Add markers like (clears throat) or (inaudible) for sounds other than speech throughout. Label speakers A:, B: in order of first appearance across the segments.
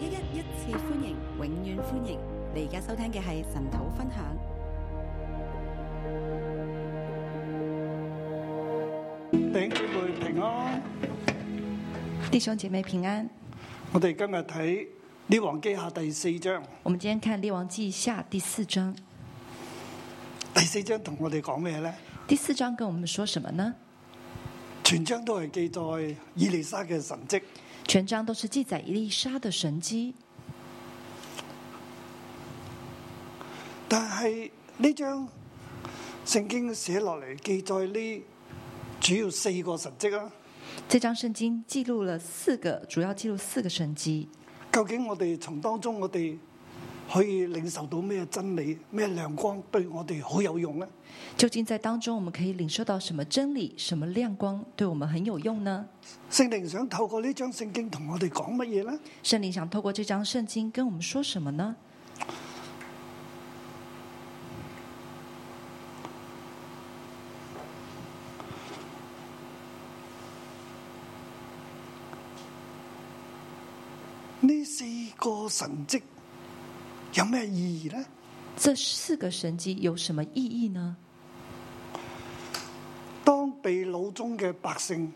A: 一一一次歡迎，永遠歡迎！你而家收聽嘅係神土分享。
B: 弟兄姊妹平安，
C: 弟兄姐妹平安，
B: 我哋今日睇《列王記下》第四章，
C: 我们今天看《列王记下》第四章。
B: 第四章同我哋講咩呢？
C: 第四章跟我们说什么呢？
B: 全章都係記載以利沙嘅神迹，
C: 全章都是记载以利沙的神迹，
B: 但係呢章聖經寫落嚟記載呢主要四個神迹啊。
C: 这张圣经记录了四个，主要记录四个神迹。
B: 究竟我哋從當中我哋可以領受到咩真理、咩亮光，對我哋好有用呢？
C: 究竟在当中我们可以领受到什么真理、什么亮光，对我们很有用呢？
B: 聖靈想透過呢章聖經同我哋講乜嘢呢？
C: 圣灵想透过这张圣经跟我们说什么呢？
B: 呢四個神迹有咩意義呢？
C: 这四个神迹有什么意义呢？
B: 當被擄中嘅百姓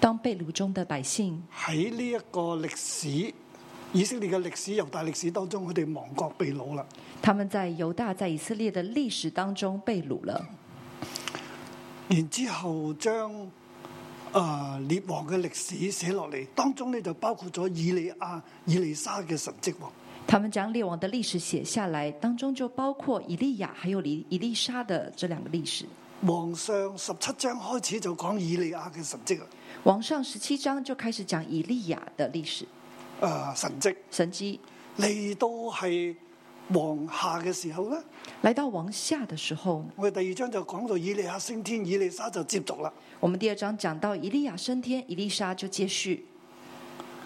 C: 当被掳中的百姓
B: 喺呢一個歷史以色列嘅歷史猶大歷史當中，佢哋亡國被擄啦。
C: 他们在犹大、在以色列的历史当中被掳了，
B: 然之後將啊、列王嘅歷史寫落嚟，當中呢就包括咗以利亞、以利沙嘅神蹟喎。
C: 他们将列王的历史写下来，当中就包括以利亚还有以以利沙的这两个历史。
B: 皇上十七章開始就講以利亞嘅神蹟啦，
C: 王上十七章就开始讲以利亚的历史
B: 啊、神蹟
C: 神迹。
B: 嚟到係王下嘅時候咧，
C: 来到王下的时候，
B: 我哋第二章就講到以利亞升天，以利沙就接續啦。
C: 我们第二章讲到以利亚升天，以利沙就接续。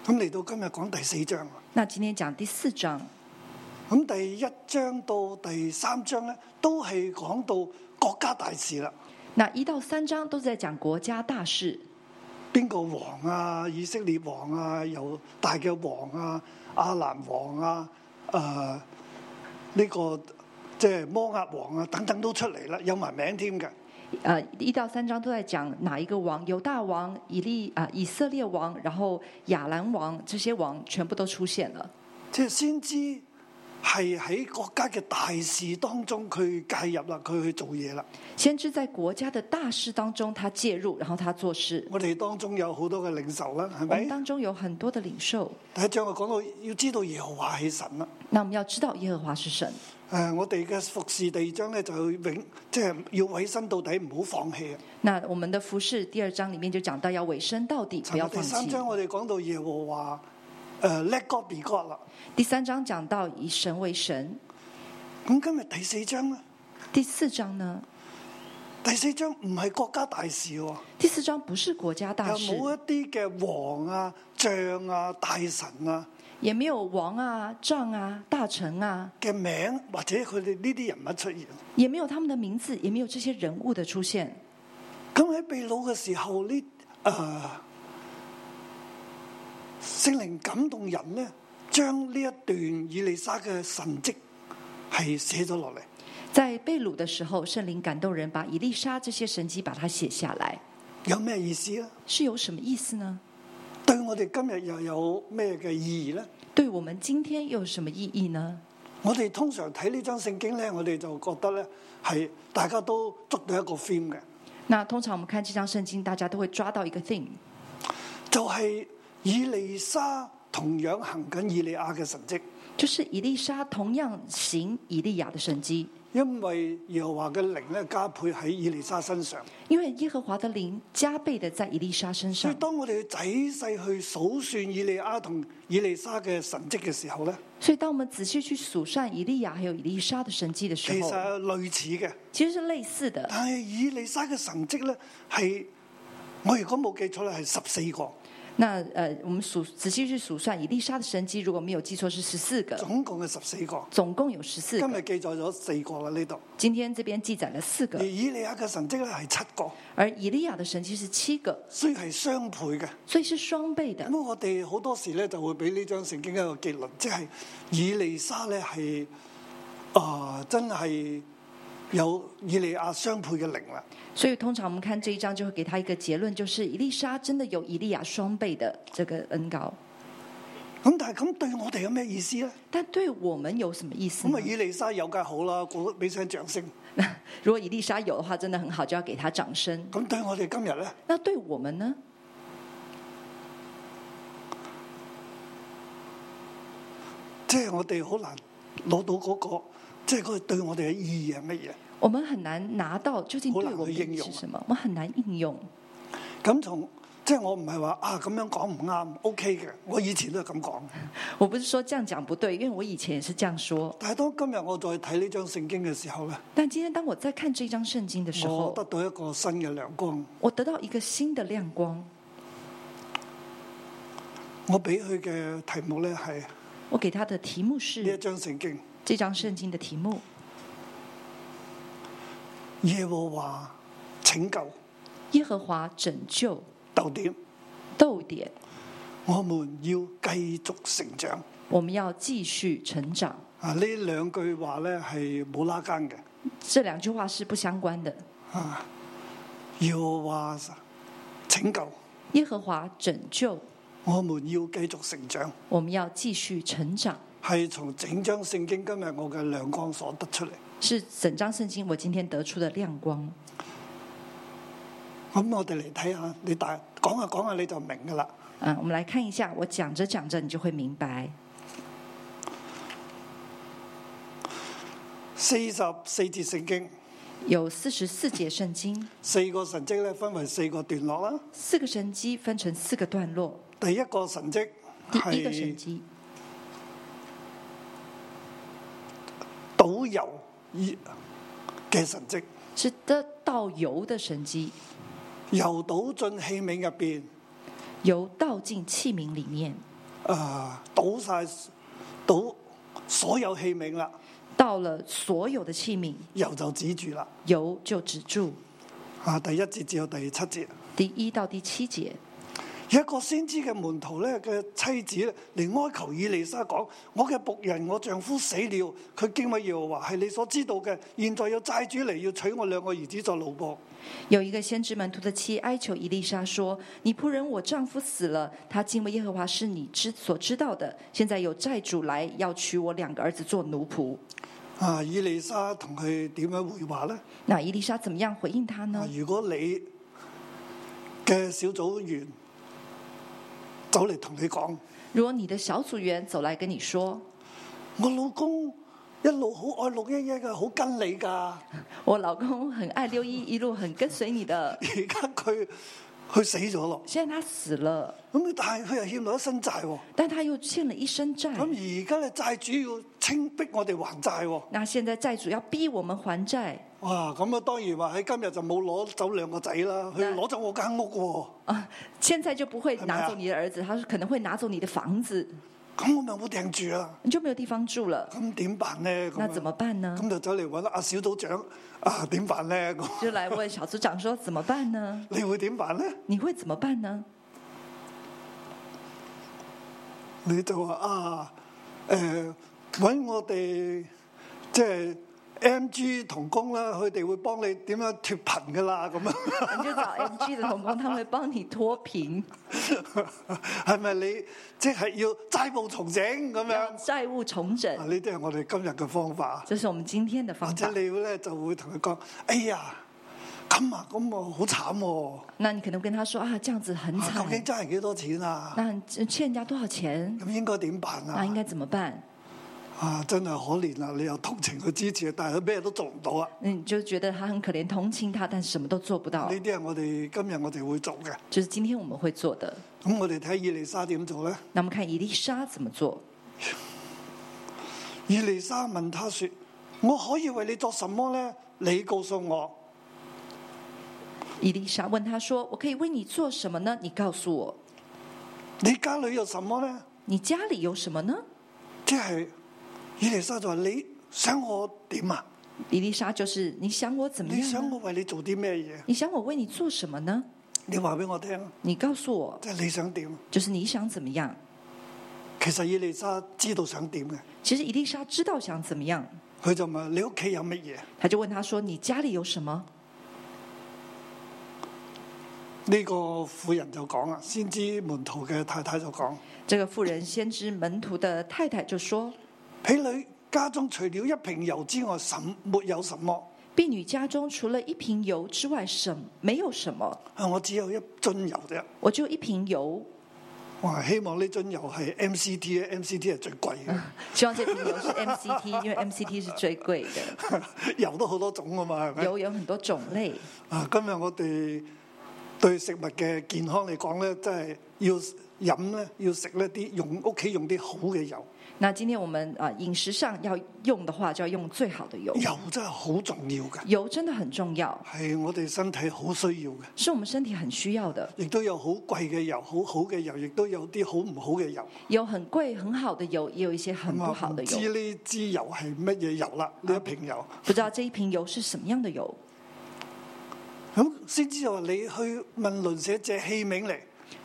B: 咁嚟到今日講第四章啦。
C: 那今天讲第四章，
B: 咁第一章到第三章咧，都係講到國家大事啦，
C: 那一到三章都是在讲国家大事，
B: 邊個王啊，以色列王啊，猶大嘅王啊，亞蘭王啊，誒、呢、個即係摩押王啊，等等都出嚟啦，有埋名添嘅。
C: 呃，一到三章都在讲哪一个王，犹大王、以利啊、以色列王，然后亚兰王，这些王全部都出现了。
B: 即係先知係喺國家嘅大事當中，佢介入啦，佢去做嘢啦。
C: 先知在国家的大事当中，他介入，然后他做事。
B: 我哋當中有好多嘅領袖啦，係
C: 我们
B: 咪？
C: 当中有很多的领袖，
B: 第一章我講到要知道耶和華係神啦。
C: 那我们要知道耶和华是神。
B: 誒、呃我哋嘅服侍第二章咧，就要永即係要委身到底，唔好放棄啊！
C: 那我们的服饰第二章里面就讲到要委身到底，不
B: 尋
C: 要
B: 日第
C: 放
B: 三
C: 弃。
B: 章我哋講到耶和華誒、Let God be God 啦。
C: 第三章讲到以神为神。
B: 咁今日第四章咧，
C: 第四章呢？
B: 第四章唔係國家大事喎，
C: 第四章不是国家大
B: 又
C: 事，
B: 冇一啲嘅王啊、將啊、大臣啊
C: 也没有王啊、杖啊、大臣啊，
B: 嘅名，或者佢哋呢啲人物出現。
C: 也没有他们的名字，也没有这些人物的出现。
B: 咁喺秘掳嘅時候，呢呃誒、聖靈感動人咧，將呢一段以利沙嘅神蹟係寫咗落嚟。
C: 在被掳的时候，圣灵感动人，把以利沙这些神迹把它写下来，
B: 有咩意思啊？
C: 是有什么意思呢？
B: 對我哋今日又有咩嘅意義呢？
C: 对我们今天又有什么意義呢？
B: 我哋通常睇呢張聖經呢，我哋就覺得呢係大家都捉到一個 theme 嘅，
C: 那通常我们看这张圣经，大家都会抓到一个 theme，
B: 就係、以利沙同樣行緊以利亞嘅神蹟，
C: 就是以利沙同样行以利亞的神迹，
B: 因為耶和華嘅靈呢加倍喺以利沙身上，
C: 因为耶和华的灵加倍的在以利沙身
B: 所以
C: 上。
B: 當我哋仔細去數算以利亞同以利沙嘅神蹟嘅時候呢，
C: 所以，当我们仔细去数算以利亞还有以利沙的神迹的
B: 其
C: 时
B: 實
C: 候，
B: 係類似嘅，
C: 其实是类似的。
B: 但係以利沙嘅神蹟呢，係我如果冇記錯咧係十四個。
C: 那呃，我们数仔细去数算，以利沙的神迹，如果没有记错是十四个，
B: 總共係十四個。
C: 总共有十四
B: 今
C: 个。
B: 日記載咗四個啦呢度，
C: 今天這邊記載了四
B: 而
C: 個，
B: 以利亞嘅神蹟咧係七個，
C: 而以利亞的神迹是七個，
B: 所以係雙倍嘅。
C: 所以是雙倍的。
B: 咁我哋好多時咧就會俾呢張聖經一個結論，即係以利沙咧係啊真係有以利亞雙倍嘅靈啦。
C: 所以通常我們看這一章就會給他一個結論，就是以利沙真的有以利亞雙倍的這個恩膏。
B: 咁但係咁對我哋有咩意思咧？
C: 但對我們有什麼意思
B: 咁
C: 呢
B: 啊，？以利沙有梗係好啦，鼓俾聲掌聲。
C: (laughs) 如果以利沙有的話，真的很好，就要給他掌聲。
B: 咁對我哋今日咧，
C: 那對我們呢？
B: 即係我哋好難攞到嗰、個，即係嗰個對我哋嘅意義係乜嘢？
C: 我們很難拿到究竟對我們的意義是什麼，我們很難應用。
B: 咁從即係我唔係話啊咁樣講唔啱，OK 嘅。我以前都係咁講，
C: 我不是說這樣講不對，因為我以前也是這樣說。
B: 但係當今日我再睇呢張聖經嘅時候咧，
C: 但今天當我在看這張聖經的時
B: 我
C: 候
B: 得，哦到一個新嘅亮光。
C: 我得到一個新的亮光。
B: 我俾佢嘅題目咧係呢
C: 我給他的題目
B: 一
C: 是
B: 張聖經，
C: 這張聖經的題目：
B: 耶和華拯救
C: 耶和華拯救。
B: 逗點，
C: 逗點，
B: 我們要繼續成長。
C: 我們要繼續成長。
B: 啊，呢兩句話咧係冇拉更嘅。
C: 這兩句話是不相關的。
B: 啊，耶和華拯救，
C: 耶和華拯救，
B: 我們要繼續成長。
C: 我們要繼續成長，
B: 係從整張聖經今日我嘅亮光所得出嚟。
C: 是整章聖經我今天得出的亮光。
B: 咁我哋嚟睇下，你大講下講下你就明噶啦。
C: 啊，我們來看一下，我講着講着你就會明白。
B: 四十四節聖經，
C: 有四十四節聖經，
B: 四個神蹟咧分為四個段落啦。
C: 四個神蹟分成四個段落。
B: 第一個神蹟
C: 第一個神
B: 係
C: 蹟
B: 倒油嘅神蹟，
C: 是得倒油的神蹟，
B: 油倒進器皿入邊，
C: 油倒進器皿裡面，
B: 啊、倒晒倒所有器皿啦，
C: 倒了所有的器皿，
B: 油就止住啦。
C: 油就止住。
B: 啊，第一節至到第七節。
C: 第一到第七節，
B: 有一個先知嘅門徒咧嘅妻子咧嚟哀求以利沙講：我嘅仆人我丈夫死了，佢敬畏耶和華係你所知道嘅，現在有債主嚟要娶我兩個兒子作奴僕。
C: 有一个先知门徒的妻哀求伊丽莎说：“你仆人我丈夫死了，他敬畏耶和华是你知所知道的。现在有债主来要娶我两个儿子做奴仆。
B: 啊，以利沙同佢點樣回話咧？”
C: (laughs) 那伊丽莎怎么样回应他
B: 啊
C: 呢，？
B: 如果你嘅小組員走嚟同你講，
C: 如果你的小组员走来跟你说
B: 我老公一路好愛六一一嘅，好跟你㗎，：“
C: 我老公很爱六一，一路很跟随你的， (laughs)
B: 而家佢佢死咗咯，
C: 现在他死了，
B: 咁但係佢又欠落一身債喎。
C: 但他又欠了一身债。
B: 咁而家咧債主要清逼我哋還債喎，
C: (laughs) 那现在债主要逼我们還債
B: 哇！咁啊當然話喺今日就冇攞走兩個仔啦，佢
C: 嗱
B: 攞走我間屋
C: (laughs) 啊，现在就不会
B: 哎呀
C: 拿走你的儿子，他可能会拿走你的房子，
B: 喎，咁我咪冇掟住啊！
C: 你就没有地方住了。
B: 咁點辦咧？咁
C: 那
B: 啊
C: (laughs) 怎么辦呢？”
B: 咁就走嚟揾阿小組長啊，點辦咧？咁
C: 就来问小组长说怎么办呢？
B: 你會點辦咧？
C: 你会怎么办呢？
B: 你就話啊，誒、揾我哋即係 M G 童工啦，佢哋會幫你點樣脱貧噶啦，咁啊樣
C: 你就找 MG 的同工，他们会帮你脱贫，
B: (laughs) 係咪你即係要債務重整咁
C: 要
B: 樣？
C: 债务重
B: 啊！
C: 整，
B: 呢啲係我哋今日嘅方法，
C: 这是我们今天的
B: 或
C: 方
B: 者
C: 法。
B: 你咧就會同佢講：哎呀，咁啊，咁我好慘喎、
C: 那你可能跟他说啊，这样子很
B: 啊！究竟
C: 惨，
B: 真係幾多錢啊？
C: 那你欠人家多少钱？
B: 咁應該點辦
C: 那应
B: 啊？
C: 该怎么办？
B: 啊，真係可憐啊！你又同情佢支持，但係佢咩都做唔到啊！
C: 那你就觉得他很可憐，同情他，但是什么都做不到
B: 呢。啲係我哋今日我哋會做嘅。
C: 就是今天我们会做的。
B: 咁我哋睇以利沙點做咧？
C: 那我们看伊丽莎怎么做。
B: 以利沙問他說：我可以為你作什麼咧？你告訴我。
C: 伊丽莎问他说：“我可以为你做什么呢？你告诉我。”
B: 你家裏有什麼呢？
C: 你家里有什么呢？
B: 即係以利沙就話：你想我點啊？
C: 伊丽莎就是你想我怎么
B: 你
C: 样
B: 想
C: 呢？
B: 我為你做啲咩嘢？
C: 你想我为你做什么呢？
B: 你話俾我聽，
C: 你告诉我，
B: 即係你想點？
C: 就是你想怎么样？
B: 其實以利沙知道想點嘅，
C: 其实伊丽莎知道想怎么样，
B: 佢就問：你屋企有乜嘢？
C: 她就问他说：“你家里有什么
B: 呢、個婦人就講啦，先知門徒嘅太太就講：？”
C: 这个妇人先知门徒的太太就说
B: 婢女家中除了一瓶油之外，什沒有什麼。：“
C: 婢女家中除了一瓶油之外，什没有什么，
B: 啊，我只有一樽油啫。
C: 我就一瓶油，
B: 我係希望呢樽油係 MCT 啊，MCT 係最貴嘅， (laughs)
C: 希望这瓶油是 MCT，因为 MCT 是最贵的，
B: 油都好多種噶嘛，係咪？
C: 油有很多种类。
B: 啊，今日我哋對食物嘅健康嚟講咧，真係要飲咧，要食呢啲用屋企用啲好嘅油，
C: 那今天我们啊、呃饮食上要用的话，就要用最好的油，
B: 油真係好重要嘅，
C: 油真的很重要，
B: 係我哋身體好需要嘅。
C: 是我们身体很需要的。
B: 亦都有好貴嘅油，好好嘅油，亦都有啲好唔好嘅油。啊
C: 有很贵很好的油，也有一些很不好
B: 唔
C: 的
B: 知
C: 油。
B: 呢支油係乜嘢油啦？呢一瓶油。
C: 不知道这一瓶油是什么样的油。
B: 咁先知就話你去問鄰舍借器皿嚟，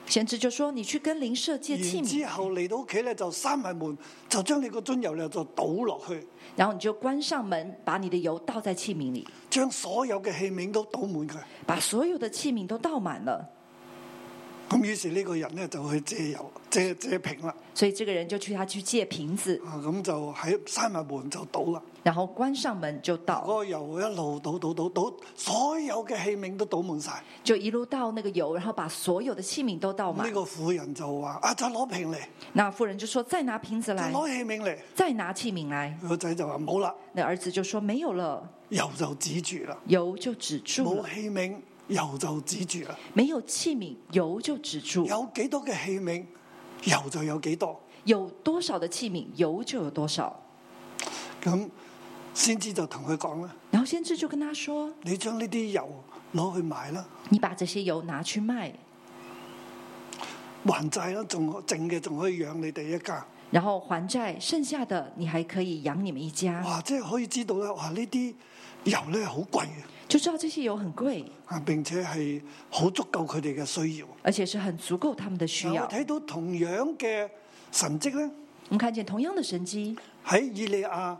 C: 先知就说：“你去跟邻舍借器
B: 然
C: 皿，
B: 之後嚟到屋企咧就閂埋門，就將你個樽油咧就倒落去，
C: 然后你就关上门，把你的油倒在器皿里，
B: 將所有嘅器皿都倒滿佢。
C: 把所有的器皿都倒满了。
B: 咁於是呢個人咧就去借油，借借瓶啦。”
C: 所以这个人就去他去借瓶子，
B: 啊，咁就喺閂埋門就倒啦。
C: 然后关上门就
B: 嗰、
C: 倒，
B: 個油一路倒倒倒倒，所有嘅器皿都倒滿晒。
C: 就一路倒那个油，然后把所有的器皿都倒
B: 呢、
C: 满。
B: 個婦人就話：啊，就攞瓶嚟，
C: 那妇人就说：“再拿瓶子
B: 就
C: 来，
B: 攞器皿嚟。
C: 再拿器皿来。
B: 佢個仔就話冇啦，”
C: 那儿子就说：“没有了。
B: 油就止住啦，”
C: 油就止住了
B: 冇，器皿油就止住啦。
C: 没有器皿，油就止住。
B: 有幾多嘅器皿，油就有幾多。
C: 有多少的器皿，油就有多少。
B: 咁先知就同佢講啦，
C: 然后先知就跟他说
B: 你將呢啲油攞去賣啦，：“
C: 你把这些油拿去卖，
B: 還債啦，仲剩嘅仲可以養你哋一家。
C: 然后还债，剩下的你还可以养你们一家。
B: 哇！即係可以知道咧，哇！呢啲油咧好貴嘅，”
C: 就知道这些油很贵，
B: 啊並且係好足夠佢哋嘅需要。
C: 而且是很足够他们的需
B: 嗱
C: 要
B: 我。睇到同樣嘅神跡咧，
C: 我们看见同样的神机
B: 喺以利亞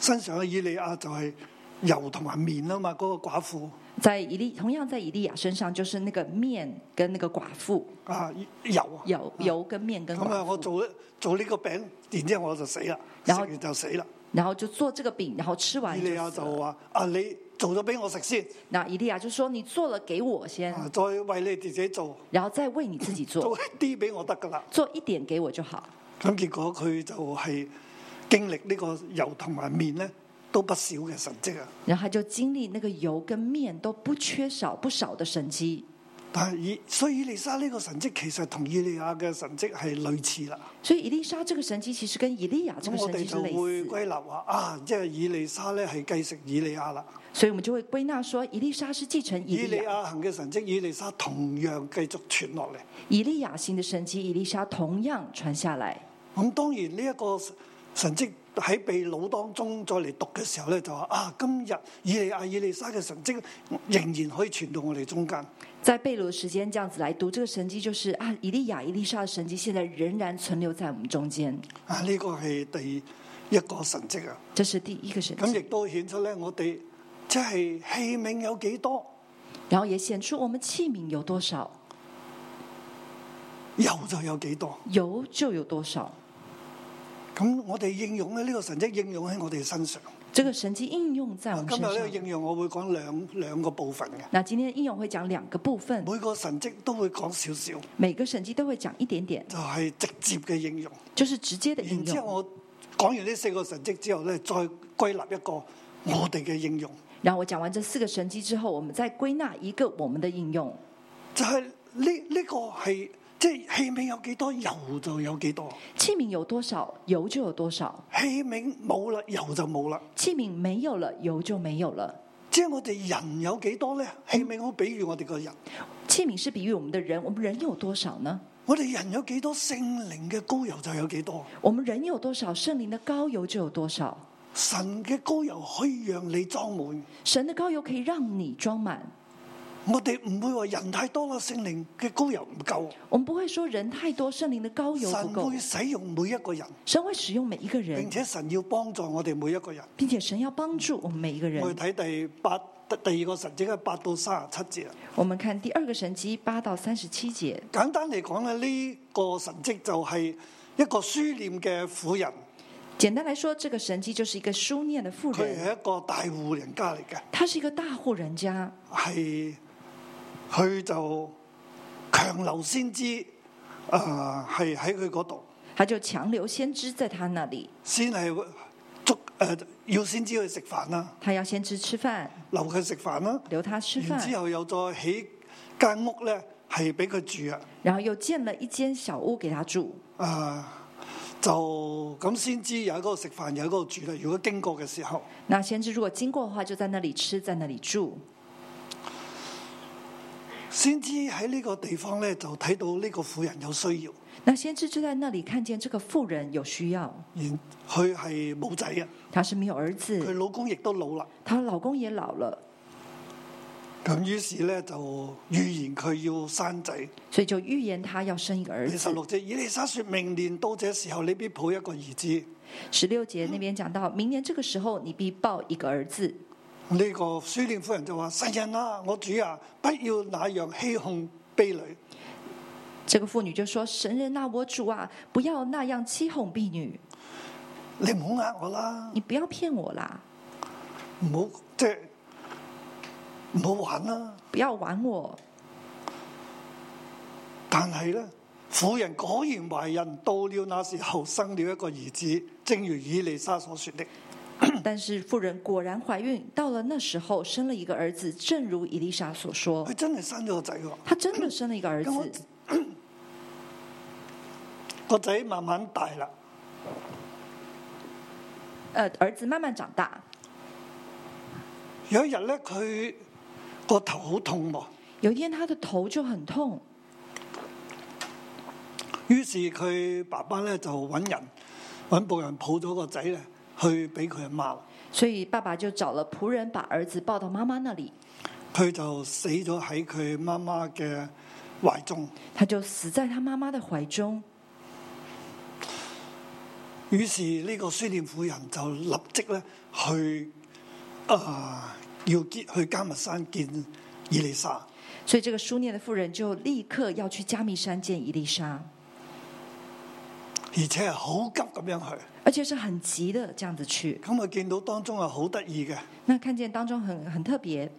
B: 身上嘅以利亞就係油同埋面啊嘛，嗰、個寡婦
C: 在以利，同样在以利亚身上，就是那个面跟那个寡妇，
B: 啊油啊。
C: 油油跟面跟
B: 咁啊，我
C: 寡妇，
B: 做做呢個餅，然之後我就死啦，食
C: 然後
B: 完就死啦。
C: 然后就做这个饼，然后吃完
B: 以
C: 就
B: 利亞
C: 死
B: 就
C: 了。
B: 話：啊，你做咗俾我食先，
C: 那以利亚就说：“你做了给我先，
B: 啊再為你自己做，
C: 然后再为你自己
B: 做
C: 嗯做，
B: 一啲俾我得噶啦。
C: 做一点给我就好。”
B: 咁結果佢就係經歷呢個油同埋面咧，都不少嘅神跡啊！
C: 然后他就经历那个油跟面都不缺少不少的神迹，
B: 但係以所以以利沙呢個神跡其實同以利亞嘅神跡係類似啦。
C: 所以以利沙这个神迹其实跟以利亚这
B: 咁
C: 个
B: 我哋
C: 神迹
B: 就是
C: 类
B: 會
C: 似，
B: 歸納話啊，即係以利沙咧係繼承以利亞啦，
C: 所以我们就会归纳说，以利沙是继承以
B: 以
C: 利
B: 利
C: 亚，
B: 亞行嘅神跡，以利沙同樣繼續傳落嚟。
C: 以利亚行的神迹，以利沙同样传下来。
B: 咁當然呢一個神蹟喺被老當中再嚟讀嘅時候咧，就話啊，今日以利亞、以利沙嘅神蹟仍然可以傳到我哋中間。
C: 在被掳的时间这样子来读这个神迹，就是啊，以利亚、以利沙的神迹现在仍然存留在我们中间，
B: 啊，呢、個係第一個神蹟啊！
C: 这是第一个神
B: 咁亦
C: 迹。
B: 都顯出咧，我哋即係器皿有幾多，
C: 然后也显出我们器皿有多少，
B: 油就有幾多。
C: 油就有多少。
B: 咁我哋應用咧呢個神蹟應用喺我哋身上。
C: 这个神迹应用在我
B: 啊
C: 们
B: 今
C: 身
B: 日呢個
C: 上。
B: 應用，我會講兩兩個部分嘅，
C: 那今天应用会讲两个部分。
B: 每個神蹟都會講少少，
C: 每个神迹都会讲一点点，
B: 就係、直接嘅應用。
C: 就是直接的
B: 然
C: 应
B: 之
C: 用。
B: 後我講完呢四個神蹟之後咧，再歸納一個我哋嘅應用，
C: 然后我讲完这四个神迹之后，我们再归纳一个我们的应用，
B: 就係呢呢個係即係器皿有幾多油就有幾多，
C: 器皿有多少，油就有多少；
B: 器皿冇啦油就冇啦。
C: 器皿没有了，油就没有了。
B: 即係我哋人有幾多咧？器皿好比喻我哋個人，
C: 器皿是比喻我们的人，我们人有多少呢？
B: 我哋人有幾多聖靈嘅膏油就有幾多，
C: 我们人有多少，圣灵的膏油就有多少。
B: 神嘅膏油可以讓你裝滿。
C: 神的膏油可以让你装满。
B: 我哋唔會話人太多啦，聖靈嘅膏油唔夠，
C: 我们不会说人太多，圣灵的膏油不
B: 神
C: 够
B: 會。使用每一個人，
C: 神会使用每一个
B: 並
C: 人，
B: 且神要幫助我哋每一個人。
C: 并且神要帮助我们每一个人
B: 我。哋睇第八第二個神蹟係八到三十七節啊。
C: 我们看第二个神迹八到三十七节，
B: 簡單嚟講咧，呢、個神蹟就係一個書念嘅婦人，
C: 简单来说，这个神迹就是一个书念的妇
B: 佢
C: 人，
B: 係一個大户人家嚟嘅，
C: 她是一个大户人家，
B: 係佢就強留先知，誒係喺佢嗰度，
C: 她就强留先知在她那里，
B: 先係捉誒、要先知佢食飯啦，
C: 她要先知吃饭，
B: 留佢食飯啦，
C: 留她吃
B: 然
C: 饭，
B: 之後又再起間屋咧係俾佢住啊，
C: 然後又建了一间小屋给她住。
B: 誒、啊就咁先知有喺嗰度食飯，有喺嗰度住啦。如果經過嘅時候。
C: 那先知如果经过的话，就在那里吃，在那里住。
B: 先知喺呢個地方咧，就睇到呢個婦人有需要，
C: 那先知就在那里看见这个妇人有需要，
B: 然佢係冇仔嘅，
C: 她是没有儿
B: 佢
C: 子，
B: 老公亦都老啦。
C: 她老公也老了，
B: 咁於是咧就預言佢要生仔。
C: 所以就预言她要生一个儿
B: 第十
C: 子。
B: 六節，以利沙說：明年到這時候，你必抱一個兒子。
C: 十六节那边讲到，明年这个时候你必抱一个儿子。
B: 呢、個書念夫人就話：世人啊，我主啊，不要那樣欺哄婢女。
C: 这个妇女就说：“神人啊，我主啊，不要那样欺哄婢女，
B: 你唔好呃我啦，
C: 你不要骗我啦，
B: 唔好即係唔好玩啦。
C: 不要玩我。 (clears throat)
B: 但係咧，婦人果然懷孕，到了那時候生了一個兒子，正如以利沙所說的。
C: 但是妇人果然怀孕，到了那时候生了一个儿子，正如以丽莎所说
B: 佢，真係生咗個仔喎，
C: 她真的生了一个儿
B: 咁我
C: 子。
B: 個仔慢慢大啦，
C: 呃，儿子慢慢长大，
B: 有一日咧佢個頭好痛喎，
C: 有一天她的头就很痛，
B: 於是佢爸爸咧就揾人揾仆人抱咗個仔咧去俾佢阿媽啦，
C: 所以爸爸就找了仆人把儿子抱到妈妈那里，
B: 佢就死咗喺佢媽媽嘅懷中。
C: 他就死在他妈妈的怀中。
B: 於是呢個書念婦人就立即咧去啊、要結去加密山見以利沙。
C: 所以这个书念的妇人就立刻要去加密山见伊丽莎，
B: 而且係好急咁樣去，
C: 而且是很急的这样子去。
B: 咁啊見到當中係好得意嘅，
C: 那看见当中很很特别，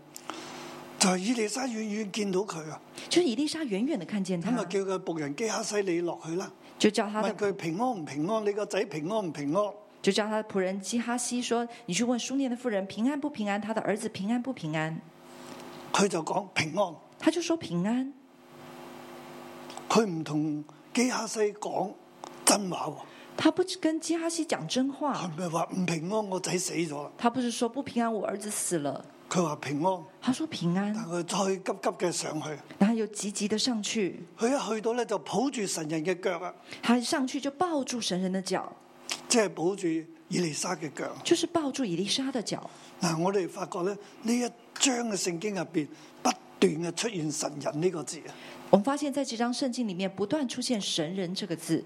B: 就係、以利沙遠遠見到佢啊，
C: 就是伊丽莎远远的看见
B: 咁
C: 他
B: 啊，叫佢仆人基哈西里落去啦，
C: 就叫他
B: 問
C: 的
B: 佢平安唔平安，你個仔平安唔平安？
C: 就叫他的仆人基哈西说：“你去问书念的妇人平安不平安，他的儿子平安不平安。
B: 佢就講平安，”
C: 他就说平安，
B: 佢唔同基哈西講真話
C: 他不跟基哈西讲真
B: 喎，佢
C: 话，
B: 唔係話唔平安，我仔死咗啦，
C: 他不是说不平安，我儿子死了，
B: 佢話平安，
C: 他说平安，
B: 但佢再急急嘅上去。
C: 然后又急急的上去，
B: 佢一去到咧就抱住神人嘅腳啊，
C: 他上去就抱住神人的脚，
B: 即係抱住以利沙嘅腳。
C: 就是抱住以丽莎的脚。
B: 嗱，我哋發覺咧呢一章嘅聖經入邊不斷嘅出現神人呢個字啊，
C: 我们发现在这张圣经里面不断出现“神人”这个字，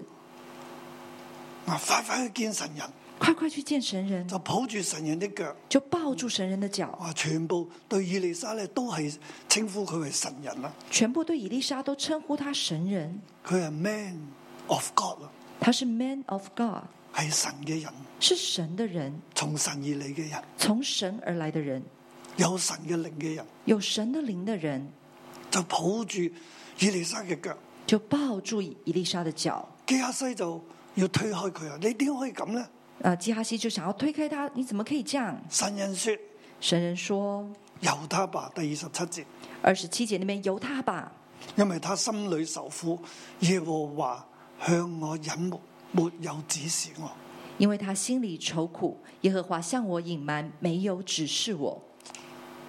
B: 嗱快快去見神人，
C: 快快去见神人，
B: 就抱住神人的腳。
C: 就抱住神人的脚。
B: 哇！全部對以利沙咧都係稱呼佢為神人啦，
C: 全部对以丽莎都称呼他神人，
B: 佢係 man of God 啊啦，
C: 他是 man of God，
B: 係神嘅人，
C: 是神的人，
B: 從神而嚟嘅人，
C: 从神而来的人，
B: 有神嘅靈嘅人，
C: 有神的灵的人，
B: 就抱住以利沙嘅腳。
C: 就抱住以丽莎的脚。
B: 基哈西就要推開佢啊！你點可以咁呢？
C: 呃，基哈西就想要推开他，你怎么可以这样？
B: 神人說。
C: 神人说，
B: 由他吧，第二十七節，
C: 二十七节那边由他吧，
B: 因為他心裏受苦，耶和華向我隱瞞，沒有指示我。
C: 因为他心里愁苦，耶和华向我隐瞒，没有指示我。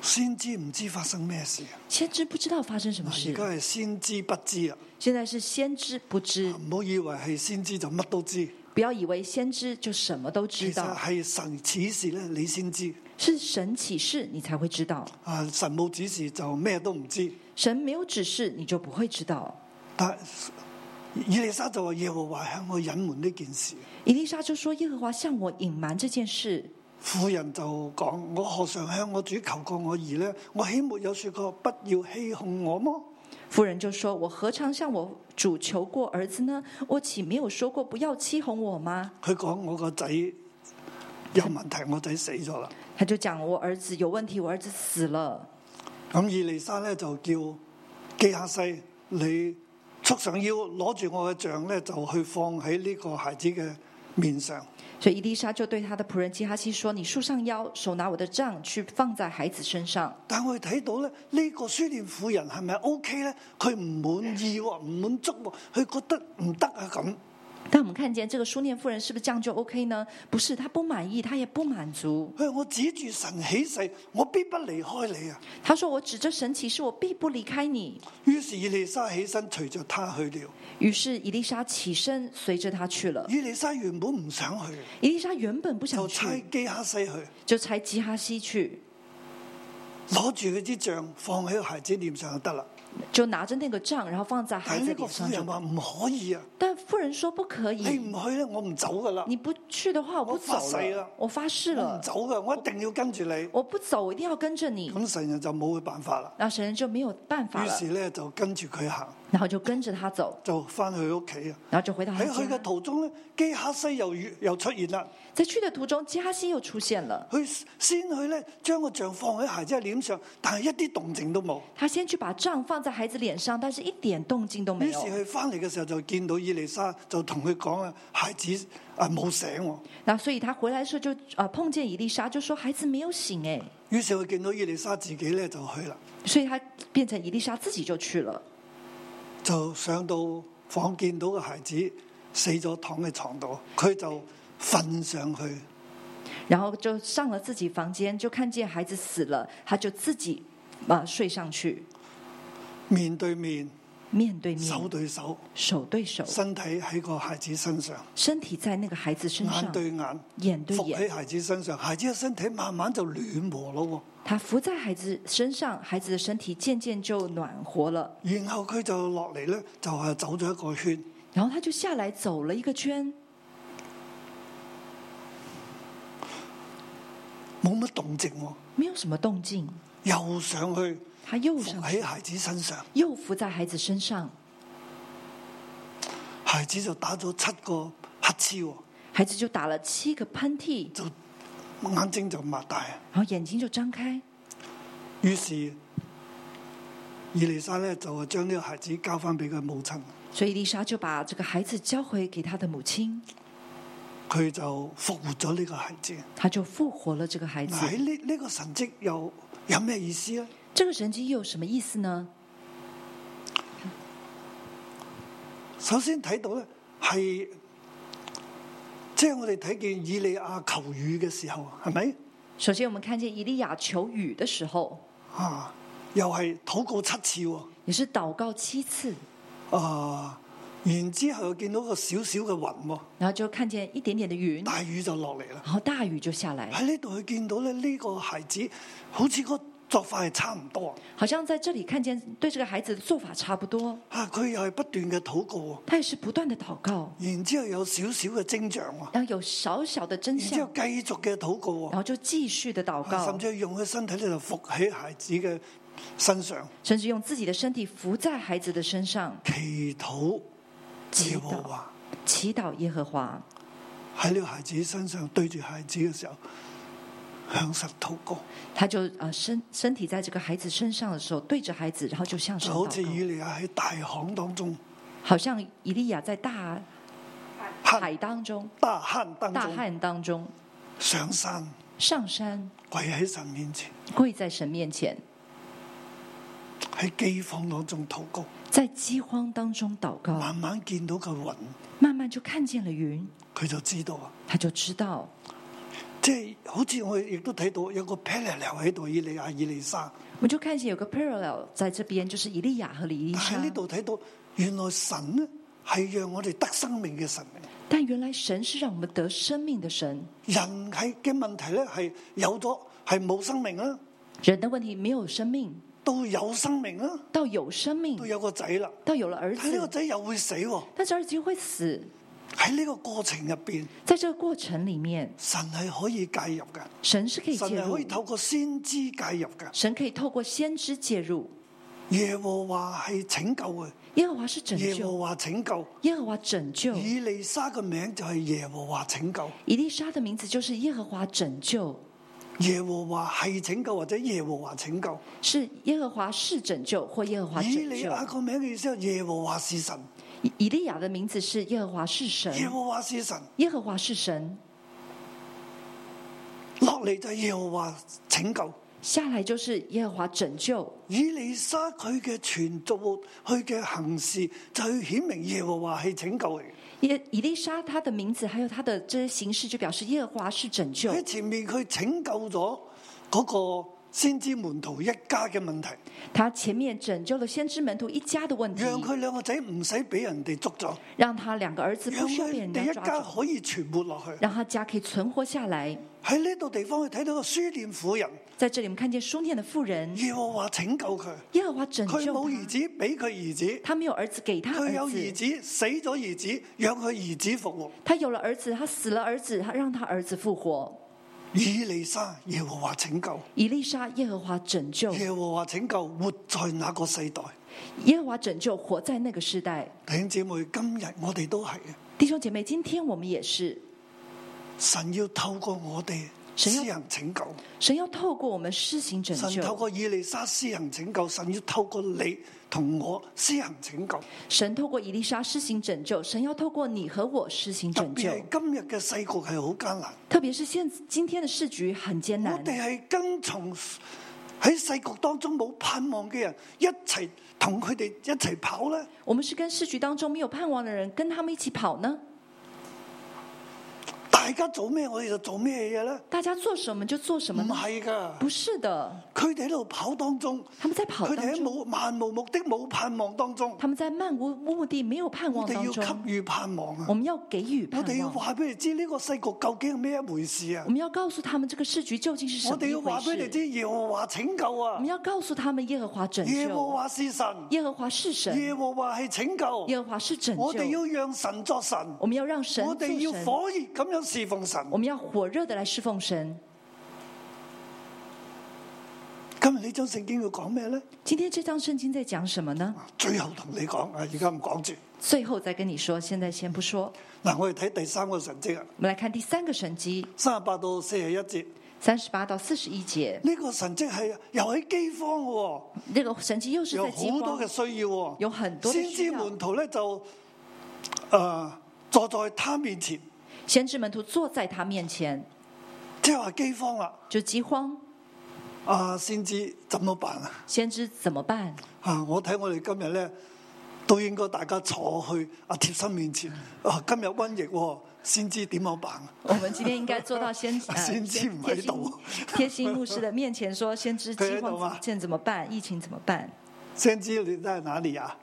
B: 先知唔知發生咩事。啊
C: 先知不知道发生什么
B: 嗱，而
C: 事
B: 家，係先知不知啊！
C: 现在是先知不知，
B: 唔好以為係先知就乜都知，
C: 不要以为先知就什么都知
B: 其實
C: 道，
B: 係神指示咧，你先知。
C: 是神启示你才会知道，
B: 啊，神冇指示就咩都唔知。
C: 神没有指示你就不会知道。
B: 但以利沙就話耶和華向我隱瞞呢件事。
C: 以利沙就说：“耶和华向我隐瞒这件事。
B: 婦人就講：我何嘗向我主求過我兒呢？我豈沒有說過不要欺哄我麼？”
C: 妇人就说：“我何尝向我主求过儿子呢？我岂没有说过不要欺哄我吗
B: 佢講我個仔有問題，我仔死咗啦。？”
C: 他就讲：“我儿子有问题，我儿子死了。
B: 咁以利沙咧就叫基下西，你束上腰，攞住我嘅杖咧，就去放喺呢個孩子嘅面上。”
C: 所以伊丽莎就对他的仆人基哈西说：“你束上腰，手拿我的杖去放在孩子身上。
B: 但我哋睇到咧，呢、個書念婦人係咪 O K 咧？佢唔滿意喎，唔滿足喎，佢覺得唔得啊咁。”
C: 但我们看见这个书念妇人是不是这样就 OK 呢？不是，她不满意，她也不满足。
B: 佢話我指住神起誓，我必不離開你啊！
C: 她说：“我指着神起誓，我必不离开你。
B: 於是以利沙起身，隨着他去了。”
C: 于是伊丽莎起身，随着他去了。
B: 以利沙原本唔想去，
C: 伊丽莎原本不想
B: 就差
C: 去，
B: 基哈西去。
C: 就差基哈西去，
B: 攞住佢支杖放喺孩子臉上就得啦。
C: 就拿着那个杖，然后放在
B: 但
C: 孩
B: 係
C: 子
B: 呢個
C: 脸
B: 婦
C: 上就
B: 人。話唔可以啊，
C: 但妇人说不可
B: 你
C: 以，
B: 唔去咧，我唔走噶啦，
C: 你不去的话，我不
B: 哎我
C: 走
B: 发誓啊
C: 了
B: 了，
C: 我发誓
B: 我唔
C: 了，
B: 走噶，我一定要跟住你。
C: 我不走，我一定要跟着你。
B: 咁神人就冇佢辦法啦，
C: 然后神人就没有办法
B: 於
C: 了
B: 嗯是，咧就跟住佢行，
C: 然后就跟着他走，
B: 就翻去屋企啊。
C: 然后就回到他
B: 喺佢嘅
C: 家。
B: 途中咧，基哈西又遇又出現啦。
C: 在去的途中，基哈西又出现了。
B: 佢先去咧將個杖放喺孩子嘅臉上，但係一啲動靜都冇。
C: 他先去把杖放在孩子脸上，但是一点動靜都
B: 於
C: 没
B: 是
C: 有。
B: 佢翻嚟嘅時候就見到以利沙，就同佢講啊：孩子啊冇醒喎。
C: 那所以他回来的时候就呃碰见以丽莎，就说孩子没有醒哎，
B: 於是佢見到以利沙自己咧就去啦，
C: 所以他变成以丽莎自己就去了，
B: 就上到房見到個孩子死咗躺喺床度，佢就瞓上去，
C: 然后就上了自己房间，就看见孩子死了，他就自己啊、呃睡上去，
B: 面對面、
C: 面对面，
B: 手對手，
C: 手对手，
B: 身體喺個孩子身上，
C: 身体在那个孩子身
B: 眼
C: 上，
B: 對眼，
C: 眼对
B: 伏
C: 眼，
B: 喺孩子身上，孩子嘅身體慢慢就暖和咯
C: 他伏在孩子身上，孩子的身体渐渐就暖和了，
B: 喎。然後佢就落嚟咧，就係走咗一個圈，
C: 然后他就下来走了一个圈，
B: 冇乜動靜喎，
C: 没有什么动静，
B: 又上去
C: 他又
B: 伏
C: 上去，
B: 喺孩子身上，
C: 又伏在孩子身上，
B: 孩子就打咗七個乞嗤喎。
C: 孩子就打了七个喷嚏，
B: 就眼睛就擘大。
C: 然后眼睛就张开，
B: 於是以利沙咧就將呢個孩子交翻俾佢母親，
C: 所以丽莎就把这个孩子交回给他的母亲，
B: 佢就復活咗呢個孩子。
C: 他就复活了这个孩
B: 嗱
C: 子。
B: 喺呢呢個神蹟又有咩意思咧？
C: 这个神迹又有什么意思呢？
B: 首先睇到咧係即係我哋睇見以利亞求雨嘅時候，啊係咪
C: 首先，我们看见以利亚求雨的时候，
B: 啊？又係禱告七次喎、
C: 也是祷告七次，
B: 啊！然之後又見到個小小嘅雲喎，
C: 然后就看见一点点的云，
B: 大雨就落嚟啦。
C: 然后大雨就下来，
B: 喺呢度佢見到咧呢個孩子好似個作法係差唔多啊
C: 好像在这里看见对这个孩子的做法差不多，
B: 啊！佢又係不斷嘅禱告喎，
C: 他也是不断的祷告，
B: 然之後有少少嘅徵象喎，
C: 然后有小小的真
B: 然之
C: 相
B: 後，繼續嘅禱告
C: 然
B: 喎，
C: 后就继续的祷
B: 啊
C: 告
B: 甚，至係用佢身體咧就伏喺孩子嘅身上
C: 甚至用自己的身体伏在孩子的身上
B: 祈禱
C: 祈
B: 耶
C: 禱
B: 和華
C: 祈祷耶和华。
B: 喺呢個孩子身上對住孩子嘅時候向神禱告，
C: 他就啊身身体在这个孩子身上的时候，对着孩子，然后就向
B: 就
C: 神
B: 好似以
C: 祷告，
B: 利亞喺大巷當中
C: 好像以利亚在大
B: 黑
C: 海当中、
B: 大坑當
C: 大
B: 中
C: 旱当中
B: 上山
C: 上山，
B: 跪喺神面前
C: 跪在神面前，
B: 喺饑荒當中禱告。
C: 在饥荒当中祷告，
B: 慢慢見到個雲，
C: 慢慢就看见了云，
B: 佢就知道啊，
C: 他就知道
B: 即係好似我亦都睇到有個 parallel 喺度，以利亞、以利沙。
C: 我们就看见有个 parallel 在这边，就是以利亚和以利
B: 但
C: 沙
B: 喺。呢度睇到，原來神呢係讓我哋得生命嘅神嚟。
C: 但原来神是让我们得生命的神。
B: 人係嘅問題咧係有咗係冇生命啦，
C: 人的问题没有生命，
B: 到有生命啦，
C: 到有生命
B: 到，有個仔啦，
C: 到有了儿
B: 但係呢個
C: 子，
B: 仔又會死喎。
C: 但是儿子又会死。
B: 喺呢個過程入邊，
C: 在这个过程里面，
B: 神係可以介入嘅，
C: 神是可以
B: 神啊
C: 介
B: 係
C: 入
B: 可以，透過先知介入嘅。
C: 神可以透过先知介入。
B: 耶和華係拯救嘅，
C: 耶和华是拯
B: 耶
C: 救，
B: 和華拯救。
C: 耶和华拯救。
B: 以利沙嘅名就係耶和華拯救，
C: 以利沙的名字就是耶和华拯救，
B: 耶和華係拯救或者耶和華拯救。
C: 是耶和华是拯救或耶和华
B: 以
C: 拯
B: 利
C: 救。
B: 亞個名嘅意思係耶和華是神，
C: 以以利亚的名字是耶和华是神，
B: 耶和華是神
C: 耶和华是神，
B: 落嚟就係耶和華拯救。
C: 下来就是耶和华拯救。
B: 以利沙佢嘅全族佢嘅行事就去顯明耶和華係拯救嚟嘅。
C: 耶以利沙她的名字还有她的这些形式，就表示耶和华是拯救
B: 喺。前面佢拯救咗嗰個先知門徒一家嘅問題，
C: 她前面拯救了先知门徒一家的问题，
B: 讓佢兩個仔唔使俾人哋捉咗，
C: 让他两个儿子
B: 讓
C: 不需要被
B: 佢
C: 人
B: 哋
C: 家
B: 一
C: 抓
B: 家
C: 住，
B: 可以存活落去。
C: 让他家可以存活下来。
B: 喺呢度地方，佢睇到個書念婦人，
C: 在这里，我们看见书念的妇人，
B: 耶和華拯救佢，
C: 耶和华拯
B: 佢
C: 救
B: 冇兒
C: 她。
B: 子俾佢兒子，
C: 他没有儿子，给他
B: 佢有
C: 儿
B: 兒
C: 子。
B: 子死咗兒子，讓佢兒子復活。
C: 他有了儿子，他死了儿子，他让他儿子复活。
B: 以利沙，耶和華拯救，
C: 以利沙，耶和华拯救，
B: 耶和華拯救，活在那個世代。
C: 耶和华拯救，活在那个时代。
B: 弟兄姊妹，今日我哋都係
C: 弟兄姐妹，今天我们也是，
B: 神要透過我哋施
C: 神要
B: 行拯救，
C: 神要透过我们施行拯
B: 神透
C: 救，
B: 過以利沙施行拯救，神要透過你同我施行拯救。
C: 神透过以利沙施行拯救，神要透过你和我施行
B: 特
C: 拯
B: 別
C: 救。
B: 係今日嘅世局係好艱難。
C: 特别是现今天的市局很艰
B: 我
C: 难，
B: 哋係跟從喺世局當中冇盼望嘅人，一齊同佢哋一齊跑咧，
C: 我们是跟市局当中没有盼望的人跟他们一起跑呢？
B: 大家做咩我哋就做咩嘢咧？
C: 大家做什么就做什
B: 唔
C: 么呢？
B: 係噶，
C: 不是的，
B: 佢哋喺度跑當中，
C: 他们在跑
B: 佢
C: 当
B: 哋喺
C: 中，
B: 冇漫無目的、冇盼望當中，
C: 他们在漫无目的、没有盼
B: 我
C: 望
B: 哋
C: 当
B: 要
C: 中，
B: 給予盼望啊
C: 我！们要给予
B: 我
C: 盼
B: 哋要
C: 望。
B: 話俾你知呢個世局究竟係咩一回事啊
C: 我！们要告诉他们这个市局究竟是什
B: 我
C: 么
B: 哋
C: 一
B: 要
C: 回
B: 話俾你
C: 事。
B: 知耶和華拯救
C: 我
B: 啊
C: 们！要告诉他们耶和华拯
B: 耶和
C: 救，
B: 華是神，
C: 耶和华是神，
B: 耶和華係拯救。
C: 耶和华是拯
B: 我哋
C: 救。
B: 要讓神作神，
C: 我们要让神
B: 我
C: 做
B: 哋要
C: 神，
B: 火熱咁樣侍奉神。
C: 我们要火热的来侍奉神。
B: 今日呢章聖經要講咩咧？
C: 今天这张圣经在讲什么呢？
B: 最後同你講啊，而家唔講住。
C: 最后再跟你说，現在先不說。
B: 嗱，我哋睇第三個神跡啊，
C: 我們來看第三個神迹，
B: 三十八到四十一節。
C: 三十八到四十一節。
B: 呢、個神跡係又喺饑荒嘅喎，
C: 那個神迹又是
B: 有
C: 在饑
B: 好多嘅
C: 荒，
B: 需要喎。
C: 有很多的
B: 先
C: 需
B: 知
C: 要
B: 門。徒咧就诶、呃坐在他面前，
C: 先知門徒坐在他面前，
B: 即係話饑荒啦。
C: 就饑荒，
B: 啊，先知怎麼辦啊？
C: 先知怎麼辦？
B: 啊，我睇我哋今日咧都應該大家坐去啊貼身面前啊，今日瘟疫、喎，先知點樣辦啊？
C: 我們今天應該坐
B: (laughs)
C: 到先呃
B: 先知唔喺度
C: 贴心牧師的面前說，先知
B: 佢喺
C: 饑
B: 度嗎
C: 荒怎怎麼辦？疫情怎麼辦？
B: 先知你在哪里啊？